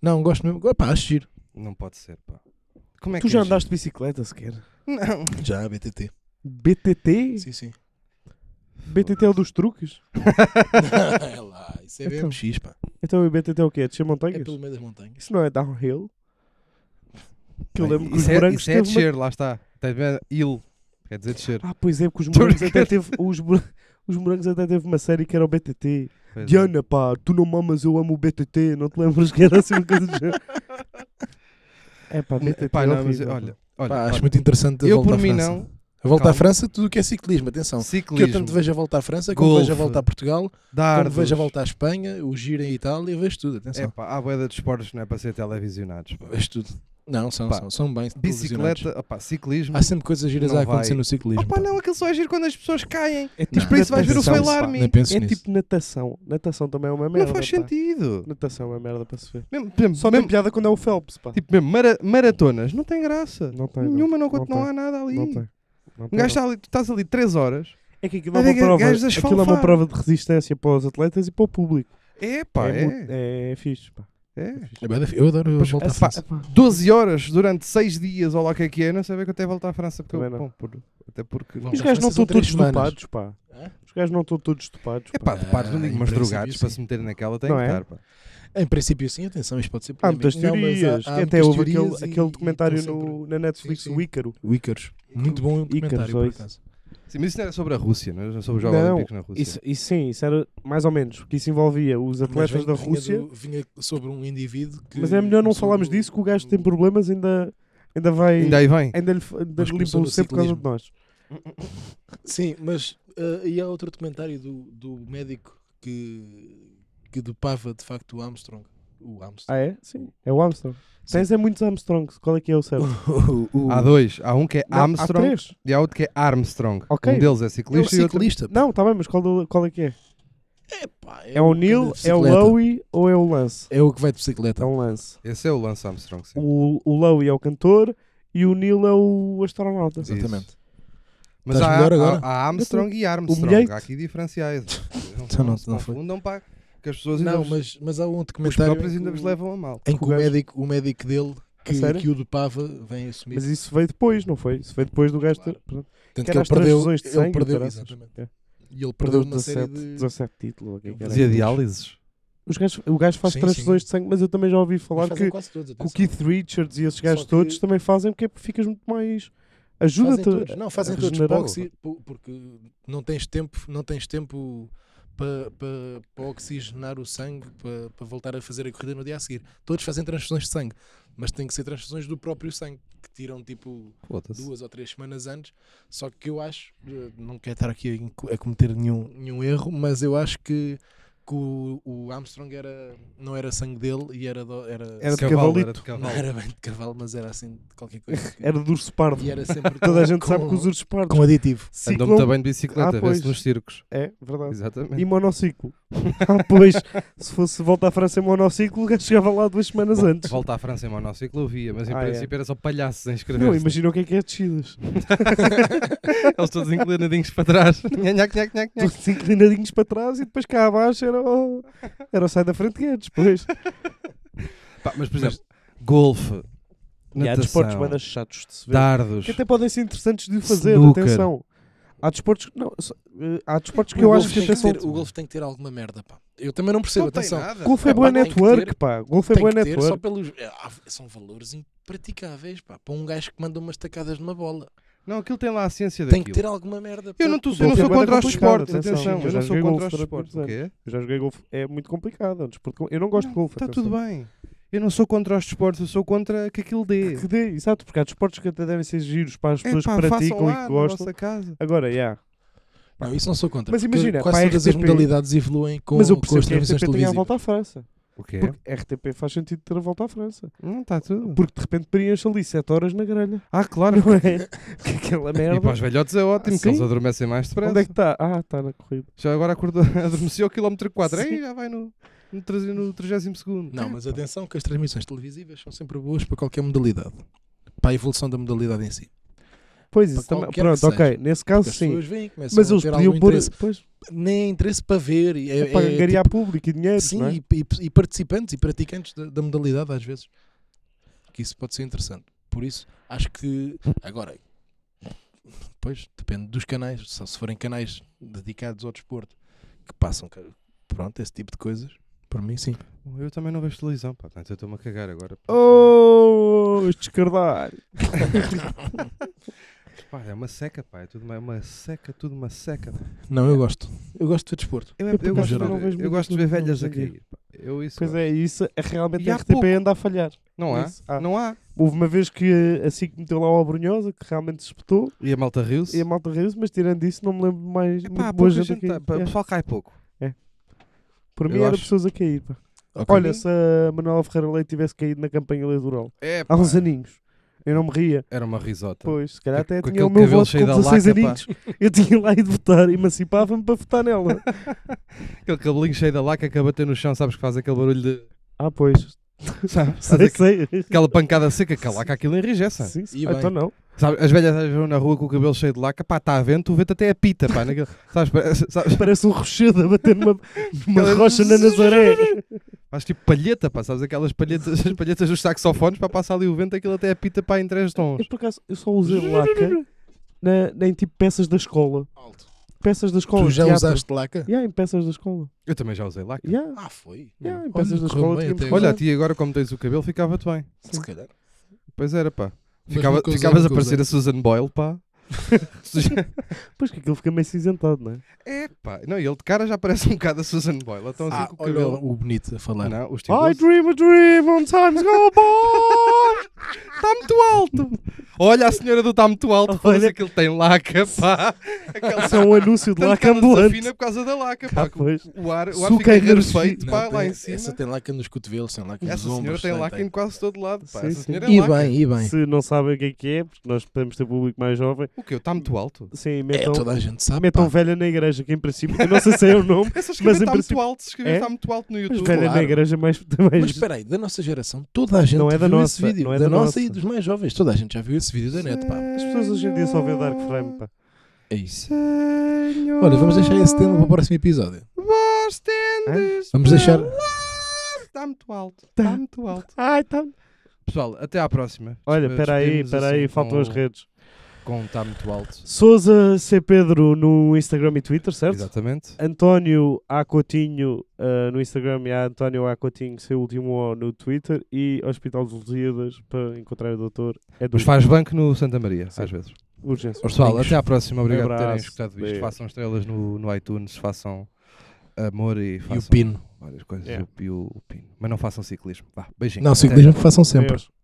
Speaker 3: Não, gosto mesmo. Opa, acho giro.
Speaker 1: Não pode ser, pá. Como é
Speaker 2: tu
Speaker 1: que
Speaker 2: já
Speaker 1: é,
Speaker 2: andaste de bicicleta sequer?
Speaker 1: gente? Não.
Speaker 3: Já, BTT.
Speaker 2: BTT?
Speaker 3: Sim, sim.
Speaker 2: BTT é o dos truques?
Speaker 3: é lá, isso é
Speaker 2: Então.
Speaker 3: BMX, pá.
Speaker 2: Então o BTT é o quê? É descer
Speaker 3: É
Speaker 2: montanhas?
Speaker 3: pelo meio das montanhas.
Speaker 2: Isso não é downhill? Que eu
Speaker 1: Bem,
Speaker 2: lembro que os
Speaker 1: isso é,
Speaker 2: morangos
Speaker 1: Isso é
Speaker 2: teve uma-
Speaker 1: descer, lá está. Estás vendo? Il. Quer dizer descer.
Speaker 2: Ah, pois é, porque os
Speaker 1: Tô
Speaker 2: morangos até
Speaker 1: brincando.
Speaker 2: teve. Os, mor- os morangos até teve uma série que era o BTT.
Speaker 1: Pois é.
Speaker 2: Diana, pá, tu não mamas, eu amo o BTT, não te lembras que era assim uma coisa do género? É pá, BTT
Speaker 1: Pá,
Speaker 2: é
Speaker 1: não, mas
Speaker 2: horrível, pá.
Speaker 1: olha, olha,
Speaker 3: Pá,
Speaker 1: olha,
Speaker 3: acho muito interessante a
Speaker 1: eu
Speaker 3: volta
Speaker 1: por
Speaker 3: à
Speaker 1: mim
Speaker 3: França.
Speaker 1: não,
Speaker 3: A volta à
Speaker 1: Calma.
Speaker 3: França, tudo o que é ciclismo, atenção. Que eu
Speaker 1: ciclismo,
Speaker 3: tanto vejo a volta à França, como
Speaker 1: Golfe.
Speaker 3: vejo a volta a Portugal, como
Speaker 1: dardos,
Speaker 3: vejo a volta à Espanha, o giro em Itália, vejo tudo,
Speaker 1: é
Speaker 3: atenção.
Speaker 1: pá, há boeda de esportes não é para ser televisionados, pá.
Speaker 3: Vejo tudo. Não, são,
Speaker 1: Pá,
Speaker 3: são, são bem. televisionados.
Speaker 1: bicicleta, opá, ciclismo,
Speaker 3: Há sempre coisas giras
Speaker 1: Não
Speaker 3: a acontecer
Speaker 1: vai.
Speaker 3: no ciclismo.
Speaker 1: opá,
Speaker 3: pá.
Speaker 1: não, aquilo só é giro quando as pessoas caem,
Speaker 2: É
Speaker 3: Não.
Speaker 2: tipo,
Speaker 1: por isso vais ver o
Speaker 2: natação,
Speaker 1: Fail
Speaker 2: pá.
Speaker 1: Army,
Speaker 3: Nem penso
Speaker 2: É
Speaker 3: nisso.
Speaker 2: tipo natação. Natação também é uma merda.
Speaker 1: não faz
Speaker 2: pá.
Speaker 1: sentido,
Speaker 2: Natação é merda para se ver.
Speaker 1: mesmo, mesmo,
Speaker 2: Só tem
Speaker 1: mesmo-
Speaker 2: piada quando é o Phelps, pá.
Speaker 1: tipo, mesmo mara- maratonas, não tem graça,
Speaker 2: não tem. não.
Speaker 1: nenhuma, não,
Speaker 2: não
Speaker 1: não,
Speaker 2: tem.
Speaker 1: há nada ali,
Speaker 2: Não tem. Não
Speaker 1: um gajo
Speaker 2: tem, não.
Speaker 1: está ali, tu estás ali 3 horas,
Speaker 2: É que aquilo é
Speaker 1: É
Speaker 2: uma
Speaker 1: que gajos
Speaker 2: prova. Aquilo é uma
Speaker 1: desfalfados.
Speaker 2: prova de resistência para os atletas e para o público.
Speaker 1: é pá,
Speaker 2: é,
Speaker 1: é,
Speaker 2: muito- é fixe, pá.
Speaker 1: é.
Speaker 3: É bué da fi- Eu adoro a
Speaker 1: Pois,
Speaker 3: volta à
Speaker 1: pá,
Speaker 3: França.
Speaker 2: Epá,
Speaker 1: 12 horas durante 6 dias, ou lá o que é que é, não sei bem quanto é voltar à França, porque eu,
Speaker 2: Também não.
Speaker 1: bom, por- até porque...
Speaker 3: Vamos.
Speaker 2: Os gajos não
Speaker 3: França são
Speaker 2: estão todos
Speaker 3: três semanas.
Speaker 2: dopados, pá.
Speaker 3: Hã?
Speaker 2: Os gajos não estão todos dopados.
Speaker 1: É
Speaker 2: pá.
Speaker 1: pá, de parte, não
Speaker 3: Ah,
Speaker 1: digo,
Speaker 3: em
Speaker 1: mas
Speaker 3: princípio,
Speaker 1: drogados
Speaker 3: sim.
Speaker 1: para se meterem naquela têm
Speaker 2: Não
Speaker 1: que
Speaker 2: é?
Speaker 1: estar. Pá.
Speaker 3: Em princípio, sim, atenção, isto pode ser
Speaker 2: Há
Speaker 3: polémico.
Speaker 2: muitas
Speaker 3: Não, mas
Speaker 2: teorias.
Speaker 3: há
Speaker 2: que até
Speaker 3: muitas
Speaker 2: houve aquele,
Speaker 3: teorias e-
Speaker 2: aquele
Speaker 3: e
Speaker 2: documentário
Speaker 3: estão
Speaker 2: no, na Netflix,
Speaker 3: Sim, sim.
Speaker 2: o Ícaro.
Speaker 3: sempre- Ícaros. Muito bom o documentário, por
Speaker 2: ou isso.
Speaker 3: acaso.
Speaker 1: Sim, mas isso não era sobre a Rússia, não é? era sobre os Jogos
Speaker 2: Não,
Speaker 1: Olímpicos na Rússia.
Speaker 2: Isso, isso sim, isso era mais ou menos. Que isso envolvia os
Speaker 3: Mas
Speaker 2: atletas
Speaker 3: vem-
Speaker 2: da
Speaker 3: vinha
Speaker 2: Rússia.
Speaker 3: do- Vinha sobre um indivíduo que...
Speaker 2: Mas é melhor não
Speaker 3: começou
Speaker 2: falarmos
Speaker 3: no-
Speaker 2: disso, que o gajo tem problemas, ainda, ainda vai.
Speaker 1: Ainda aí vem.
Speaker 2: Ainda lhe, ainda
Speaker 3: Mas
Speaker 2: lhe limpa
Speaker 3: começou
Speaker 2: o
Speaker 3: no
Speaker 2: C por causa
Speaker 3: ciclismo.
Speaker 2: de nós.
Speaker 3: Sim, mas ah, e há outro documentário do, do médico que, que dopava de facto o Armstrong. O Armstrong.
Speaker 2: Ah, é? Sim. É o Armstrong.
Speaker 3: Sim.
Speaker 2: Tens é muitos Armstrongs. Qual é que é o certo?
Speaker 3: O, o-
Speaker 1: Há dois. Há um que é
Speaker 2: Não, Há
Speaker 1: Armstrong
Speaker 2: três.
Speaker 1: e há outro que é Armstrong.
Speaker 2: Ok.
Speaker 1: Um deles é
Speaker 3: é o
Speaker 1: ciclista e outro...
Speaker 3: ciclista.
Speaker 2: Não, tá bem, mas qual, do- qual é que é?
Speaker 3: Epá,
Speaker 2: É o Neil,
Speaker 3: que
Speaker 2: é o
Speaker 3: anda um de bicicleta.
Speaker 2: Lowy ou é o Lance?
Speaker 3: É o que vai de bicicleta.
Speaker 2: É um Lance.
Speaker 1: Esse é o Lance Armstrong, sim.
Speaker 2: O, o Lowy é o cantor e o Neil é o astronauta.
Speaker 1: Isso.
Speaker 3: Exatamente.
Speaker 1: Mas
Speaker 3: Estás
Speaker 1: há,
Speaker 3: melhor
Speaker 1: há-
Speaker 3: agora?
Speaker 1: há Armstrong e Armstrong.
Speaker 2: humilhei-te.
Speaker 1: Há aqui diferenciais. Não,
Speaker 3: Então não-
Speaker 1: se
Speaker 3: não foi.
Speaker 1: confundam, pá, que as pessoas ainda
Speaker 3: Não,
Speaker 1: vos-
Speaker 3: mas, mas há um
Speaker 1: os
Speaker 3: documentário
Speaker 1: próprios
Speaker 3: em
Speaker 1: ainda vos
Speaker 3: que o-
Speaker 1: levam a mal.
Speaker 3: em É que
Speaker 2: O
Speaker 3: o
Speaker 2: gajo-
Speaker 3: médico, o médico dele que,
Speaker 2: sério?
Speaker 3: que o dopava vem assumir.
Speaker 2: Mas isso veio depois, não foi? Isso veio depois do gajo ter.
Speaker 3: Claro.
Speaker 2: Pronto.
Speaker 3: Tanto
Speaker 2: Que
Speaker 3: que
Speaker 2: era
Speaker 3: ele
Speaker 2: as perdeu,
Speaker 3: perdeu,
Speaker 2: transfusões de
Speaker 3: ele
Speaker 2: sangue.
Speaker 3: perdeu,
Speaker 2: caraças.
Speaker 3: exatamente.
Speaker 2: É.
Speaker 3: E ele
Speaker 2: Perdeu
Speaker 3: perdeu na série
Speaker 2: 17,
Speaker 3: de
Speaker 2: 17 títulos. ou o que é que era.
Speaker 1: Fazia diálises.
Speaker 2: os gajos, o gajo faz
Speaker 3: Sim,
Speaker 2: transfusões de sangue, mas eu também já ouvi falar
Speaker 3: Mas fazem
Speaker 2: que,
Speaker 3: quase todos,
Speaker 2: que o
Speaker 3: atenção.
Speaker 2: Keith Richards e esses gajos
Speaker 3: que-
Speaker 2: todos também fazem porque é porque ficas muito mais.
Speaker 3: Fazem
Speaker 2: Ajuda-te.
Speaker 3: todos. Não, fazem
Speaker 2: a
Speaker 3: todos
Speaker 2: regenerar
Speaker 3: para oxi- po- porque não tens tempo, não tens tempo para, para, para oxigenar o sangue para, para voltar a fazer a corrida no dia a seguir. Todos fazem transfusões de sangue, mas tem que ser transfusões do próprio sangue, que tiram tipo
Speaker 1: Foda-se.
Speaker 3: duas ou três semanas antes. Só que eu acho, eh, não quero estar aqui a inco- a, cometer nenhum, nenhum erro, mas eu acho que, que o, o Armstrong era, não era sangue dele e era. do- era,
Speaker 2: Era de
Speaker 1: Cavalo,
Speaker 2: cavalito.
Speaker 1: era de
Speaker 3: não
Speaker 1: cavalo.
Speaker 3: era bem de cavalo, mas era assim de qualquer coisa.
Speaker 2: Era de urso pardo.
Speaker 3: E era sempre
Speaker 2: Toda
Speaker 3: com-
Speaker 2: a gente sabe que
Speaker 3: com-
Speaker 2: os ursos pardos.
Speaker 3: com aditivo.
Speaker 1: Andou
Speaker 2: ciclam-
Speaker 1: muito bem de bicicleta,
Speaker 2: Ah,
Speaker 1: vê-se
Speaker 2: pois.
Speaker 1: nos circos.
Speaker 2: É, verdade.
Speaker 1: Exatamente.
Speaker 2: E monociclo. Ah, pois, se fosse volta à França em monociclo, o gajo chegava lá duas semanas
Speaker 1: Bom,
Speaker 2: antes.
Speaker 1: Volta à França em monociclo, eu via, mas em
Speaker 2: Ah, é.
Speaker 1: princípio era só palhaços a inscrever.
Speaker 2: Não, imagina o que é que é descidas.
Speaker 1: Eles todos inclinadinhos para trás. Nhac, nhac, nhac, nhac.
Speaker 2: Todos assim inclinadinhos para trás e depois cá abaixo era o, era o sai da frente que é depois.
Speaker 1: Pá, mas, por exemplo, golfe,
Speaker 2: E há desportos
Speaker 1: natação,
Speaker 2: bué das chatos de se ver.
Speaker 1: dardos.
Speaker 2: Que até podem ser interessantes de fazer,
Speaker 1: Snooker.
Speaker 2: atenção. Há desportos, não, só- eh, há desportos que
Speaker 3: O
Speaker 2: eu
Speaker 3: golfe
Speaker 2: acho que
Speaker 3: tem
Speaker 2: até
Speaker 3: ter-
Speaker 2: são.
Speaker 3: O golfe tem que ter alguma merda, pá. Eu também não percebo, atenção.
Speaker 2: Golfe é
Speaker 3: Ah,
Speaker 2: boa
Speaker 3: pá, tem que
Speaker 2: network,
Speaker 3: ter-
Speaker 2: pá. Golfe é
Speaker 3: Tem
Speaker 2: boa
Speaker 3: que ter só
Speaker 2: network.
Speaker 3: pelos... é, há- São valores impraticáveis, pá. Para um gajo que manda umas tacadas numa bola.
Speaker 1: Não, aquilo tem lá a ciência
Speaker 3: Tem
Speaker 1: daquilo.
Speaker 3: que ter alguma merda.
Speaker 1: Eu
Speaker 3: para-
Speaker 1: não, tô- eu
Speaker 2: Golfe
Speaker 1: não
Speaker 2: é
Speaker 1: sou
Speaker 2: bué da
Speaker 1: contra os
Speaker 2: complicado,
Speaker 1: desportos,
Speaker 2: atenção,
Speaker 1: atenção.
Speaker 2: eu
Speaker 1: Eu
Speaker 2: já
Speaker 1: não sou
Speaker 2: joguei
Speaker 1: contra os
Speaker 2: golfe durante
Speaker 1: desportos. O
Speaker 2: muitos
Speaker 1: quê?
Speaker 2: Eu já joguei golfe, é muito complicado. é um desporto com- Eu não gosto de golfe.
Speaker 1: Está Tá
Speaker 2: atenção.
Speaker 1: tudo bem. Eu não sou contra os desportos, eu sou contra que aquilo dê. É
Speaker 2: Que dê, exato, porque há desportos que até devem ser giros para as pessoas
Speaker 1: Epá,
Speaker 2: que
Speaker 1: façam
Speaker 2: praticam
Speaker 1: lá
Speaker 2: e que
Speaker 1: na
Speaker 2: gostam.
Speaker 1: vossa casa.
Speaker 2: Agora, yeah.
Speaker 3: Não, isso não sou contra.
Speaker 2: Mas
Speaker 3: porque
Speaker 2: imagina,
Speaker 3: quase
Speaker 2: para a
Speaker 3: todas as
Speaker 2: RTP
Speaker 3: modalidades evoluem com,
Speaker 2: Mas eu
Speaker 3: com
Speaker 2: percebo
Speaker 3: as
Speaker 2: que a
Speaker 3: transmissões
Speaker 2: RTP tem a
Speaker 3: televisivas.
Speaker 2: volta à França.
Speaker 1: O quê?
Speaker 2: Porque a RTP faz sentido ter a volta à França.
Speaker 1: Não está hum, tá tudo.
Speaker 2: Porque de repente preenche ali 7 horas na grelha.
Speaker 1: Ah, claro.
Speaker 2: Não é? Que aquela
Speaker 1: E para
Speaker 2: merda.
Speaker 1: os velhotes é ótimo,
Speaker 2: Ah,
Speaker 1: que eles
Speaker 2: sim?
Speaker 1: adormecem mais depressa.
Speaker 2: Onde é que está? Ah, está na corrida.
Speaker 1: Já agora acordou, adormeceu ao quilómetro 4.
Speaker 2: Sim.
Speaker 1: Aí já vai no, no, 30 no 32º.
Speaker 3: Não, mas atenção que as transmissões televisivas são sempre boas para qualquer modalidade. Para a evolução da modalidade em si.
Speaker 2: Pois
Speaker 3: Para
Speaker 2: isso também.
Speaker 3: qualquer que
Speaker 2: Pronto, ok.
Speaker 3: seja.
Speaker 2: Nesse caso,
Speaker 3: As
Speaker 2: sim.
Speaker 3: pessoas vêm, começam
Speaker 2: Mas
Speaker 3: a
Speaker 2: eles
Speaker 3: ter
Speaker 2: podiam
Speaker 3: algum
Speaker 2: pôr.
Speaker 3: interesse.
Speaker 2: Pois,
Speaker 3: Nem interesse para ver. e
Speaker 2: é,
Speaker 3: É,
Speaker 2: para
Speaker 3: é
Speaker 2: angariar
Speaker 3: tipo-
Speaker 2: público e dinheiro.
Speaker 3: Sim,
Speaker 2: não é?
Speaker 3: e, e- e participantes e praticantes da, da modalidade às vezes. Que isso pode ser interessante. Por isso, acho que agora, pois, depende dos canais. Só se forem canais dedicados ao desporto que passam, ca- pronto, esse tipo de coisas, para mim sim.
Speaker 1: Eu também não vejo televisão, pá. Portanto, eu estou-me a cagar agora.
Speaker 2: Oh, estes cardalhos.
Speaker 1: Pá, é uma seca, pá. É tudo uma, é uma seca, tudo uma seca.
Speaker 3: Não, eu gosto. Eu gosto de ver desporto.
Speaker 1: Eu,
Speaker 2: Eu,
Speaker 1: eu
Speaker 2: por
Speaker 1: gosto,
Speaker 3: acaso,
Speaker 1: de
Speaker 3: não
Speaker 1: ver-
Speaker 2: vejo
Speaker 1: eu
Speaker 2: muito
Speaker 1: gosto de ver
Speaker 2: televisão
Speaker 1: velhas
Speaker 2: hoje em
Speaker 1: aqui. pá. Eu isso.
Speaker 2: Pois
Speaker 1: gosto.
Speaker 2: é, isso é realmente
Speaker 1: E
Speaker 2: a
Speaker 1: há
Speaker 2: RTP
Speaker 1: pouco.
Speaker 2: anda a falhar.
Speaker 1: Não há?
Speaker 2: Isso, há.
Speaker 1: Não há.
Speaker 2: é? Houve uma vez que assim que meteu lá o Abrunhosa, que realmente se espetou,
Speaker 1: E a malta riu-se?
Speaker 2: e a malta riu mas tirando isso, não me lembro de mais.
Speaker 1: É
Speaker 2: muito
Speaker 1: pá,
Speaker 2: boa
Speaker 1: pouca
Speaker 2: gente
Speaker 1: gente
Speaker 2: a
Speaker 1: tá-
Speaker 2: cair.
Speaker 1: pá, O
Speaker 2: É.
Speaker 1: pessoal cai pouco.
Speaker 2: Por mim
Speaker 1: Eu
Speaker 2: era
Speaker 1: acho.
Speaker 2: pessoas a cair. pá.
Speaker 3: Ok.
Speaker 2: Olha, se a Manuela Ferreira Leite tivesse caído na campanha eleitoral
Speaker 1: É,
Speaker 2: há uns aninhos, eu não me ria.
Speaker 1: Era uma risota.
Speaker 2: Pois, se calhar
Speaker 1: Então, Com-
Speaker 2: até
Speaker 1: com
Speaker 2: tinha o
Speaker 1: aquele
Speaker 2: meu
Speaker 1: cabelo
Speaker 2: voto
Speaker 1: cheio
Speaker 2: com
Speaker 1: da
Speaker 2: 16
Speaker 1: laca, pá.
Speaker 2: aninhos, eu tinha lá ido votar, emancipava-me para votar nela.
Speaker 1: Aquele cabelinho cheio da laca que a bater no chão, sabes que faz aquele barulho de.
Speaker 2: ah, pois.
Speaker 1: Sabes? Faz
Speaker 2: Sei,
Speaker 1: aqu-
Speaker 2: sei.
Speaker 1: Aquela pancada seca que a laca aquilo enrijece.
Speaker 2: Sim, sim.
Speaker 3: E
Speaker 2: Ah,
Speaker 3: bem.
Speaker 2: então não.
Speaker 1: Sabe, as velhas às vezes vão na rua com o cabelo cheio de laca, pá, está a vento, o vento até apita, pá, naquele, sabes, parece- sabes,
Speaker 2: Parece um rochedo a bater numa, numa
Speaker 1: Aquela-
Speaker 2: rocha na Nazaré.
Speaker 1: faz tipo palheta, pá, sabes, aquelas palhetas, as palhetas dos saxofones, para passar ali o vento, aquilo até apita, pá, em três tons.
Speaker 2: Eu por acaso, eu só usei laca na, na- em tipo peças da escola.
Speaker 3: Alto.
Speaker 2: Peças da escola.
Speaker 3: Tu já
Speaker 2: teatro.
Speaker 3: usaste laca?
Speaker 2: Yeah, em peças da escola.
Speaker 1: Eu também já usei laca.
Speaker 2: Yeah.
Speaker 3: Ah, foi.
Speaker 2: Yeah, em
Speaker 3: Olha,
Speaker 2: peças da
Speaker 3: correu
Speaker 2: escola
Speaker 3: bem
Speaker 2: tínhamos-
Speaker 3: até
Speaker 1: Olha, a
Speaker 3: agora.
Speaker 1: ti agora como tens o cabelo, ficava-te bem.
Speaker 3: se calhar.
Speaker 1: Pois era, pá.
Speaker 3: Mas
Speaker 1: Ficava-
Speaker 3: nunca usei,
Speaker 1: ficavas a
Speaker 3: nunca usei.
Speaker 1: parecer a Susan Boyle, pá.
Speaker 2: Pois que aquilo fica meio cinzentado, não é?
Speaker 1: é, pá. Não, e ele de cara já parece um bocado a Susan Boyle. Então, assim,
Speaker 3: Ah,
Speaker 1: com o
Speaker 3: olha
Speaker 1: cabelo.
Speaker 3: o bonito a falar.
Speaker 1: Não, os
Speaker 2: I
Speaker 1: títulos.
Speaker 2: dream a dream on times go by!
Speaker 1: Está tá muito alto. Olha a senhora do está muito alto. Olha
Speaker 2: Olha.
Speaker 1: aquele tem laca, pá. Aquela
Speaker 2: Isso é um anúncio
Speaker 1: Tanto
Speaker 2: de
Speaker 1: que
Speaker 2: laca
Speaker 1: ela
Speaker 2: ambulante.
Speaker 1: desafina por causa da laca,
Speaker 2: Cá,
Speaker 1: pá. que
Speaker 2: pois.
Speaker 1: O ar, o ar
Speaker 2: Suca
Speaker 1: fica
Speaker 2: a energia.
Speaker 1: rarefeito, pá,
Speaker 3: Não,
Speaker 1: lá
Speaker 3: tem-
Speaker 1: em cima.
Speaker 3: Essa
Speaker 1: Essa,
Speaker 3: tem laca nos cotovelos, tem laca nos
Speaker 1: senhora
Speaker 3: ombros.
Speaker 1: tem laca em quase todo lado, pá.
Speaker 2: Sim,
Speaker 1: essa
Speaker 2: sim.
Speaker 1: senhora é
Speaker 3: E
Speaker 1: laca.
Speaker 3: bem, e bem.
Speaker 2: Se não sabem o que é que é, porque nós podemos ter público mais jovem,
Speaker 1: O quê? Está muito alto?
Speaker 2: sim,
Speaker 3: É,
Speaker 2: metam,
Speaker 3: toda a gente sabe.
Speaker 2: metam
Speaker 3: pá.
Speaker 2: velha na igreja, que em princípio, eu não sei se é o nome,
Speaker 1: Essa
Speaker 2: Mas em
Speaker 1: escrever está muito
Speaker 2: princípio-
Speaker 1: alto. Se escrever
Speaker 2: É?
Speaker 1: está muito alto no
Speaker 2: mas é
Speaker 1: YouTube.
Speaker 2: velha na
Speaker 3: claro.
Speaker 2: igreja mais. mais
Speaker 3: Mas espera aí, da nossa geração, toda a gente
Speaker 2: Não é da
Speaker 3: viu
Speaker 2: nossa,
Speaker 3: esse vídeo.
Speaker 2: não é
Speaker 3: da,
Speaker 2: da
Speaker 3: nossa e
Speaker 2: nossa.
Speaker 3: dos mais jovens. Toda a gente já viu esse vídeo da net, pá.
Speaker 2: As pessoas hoje em dia só vêem Dark Frame, pá.
Speaker 3: É isso.
Speaker 1: Senhor,
Speaker 3: Olha, vamos deixar esse tema para o próximo episódio.
Speaker 1: Vós tendes
Speaker 3: Vamos deixar-
Speaker 1: pelo ar. Está muito alto. Está muito alto.
Speaker 2: Ai, tá.
Speaker 1: Pessoal, até à próxima.
Speaker 2: Olha,
Speaker 1: Despe-
Speaker 2: espera aí,
Speaker 1: despedimos
Speaker 2: espera aí,
Speaker 1: assim
Speaker 2: faltam
Speaker 1: com-
Speaker 2: as redes.
Speaker 1: Com com está muito alto.
Speaker 2: Souza C. Pedro no Instagram e Twitter, certo?
Speaker 1: Exatamente.
Speaker 2: António A. Coutinho eh, no Instagram e a António A. Coutinho, seu último O no Twitter e Hospital dos Lusíadas para encontrar o doutor. É do
Speaker 1: Mas faz banco no Santa Maria,
Speaker 2: Sim.
Speaker 1: às vezes.
Speaker 2: urgência.
Speaker 1: Pessoal,
Speaker 3: Domingos.
Speaker 1: até à próxima. Obrigado por terem
Speaker 2: Abraço.
Speaker 1: escutado isto.
Speaker 2: Beijo.
Speaker 1: Façam estrelas no, no iTunes, façam amor e
Speaker 3: E
Speaker 1: façam
Speaker 3: o pino.
Speaker 1: várias coisas.
Speaker 2: Yeah.
Speaker 1: E, o, e o- o pino. Mas não façam ciclismo. Vá, beijinho.
Speaker 3: Não,
Speaker 1: Até.
Speaker 3: ciclismo façam sempre.
Speaker 2: Adeus.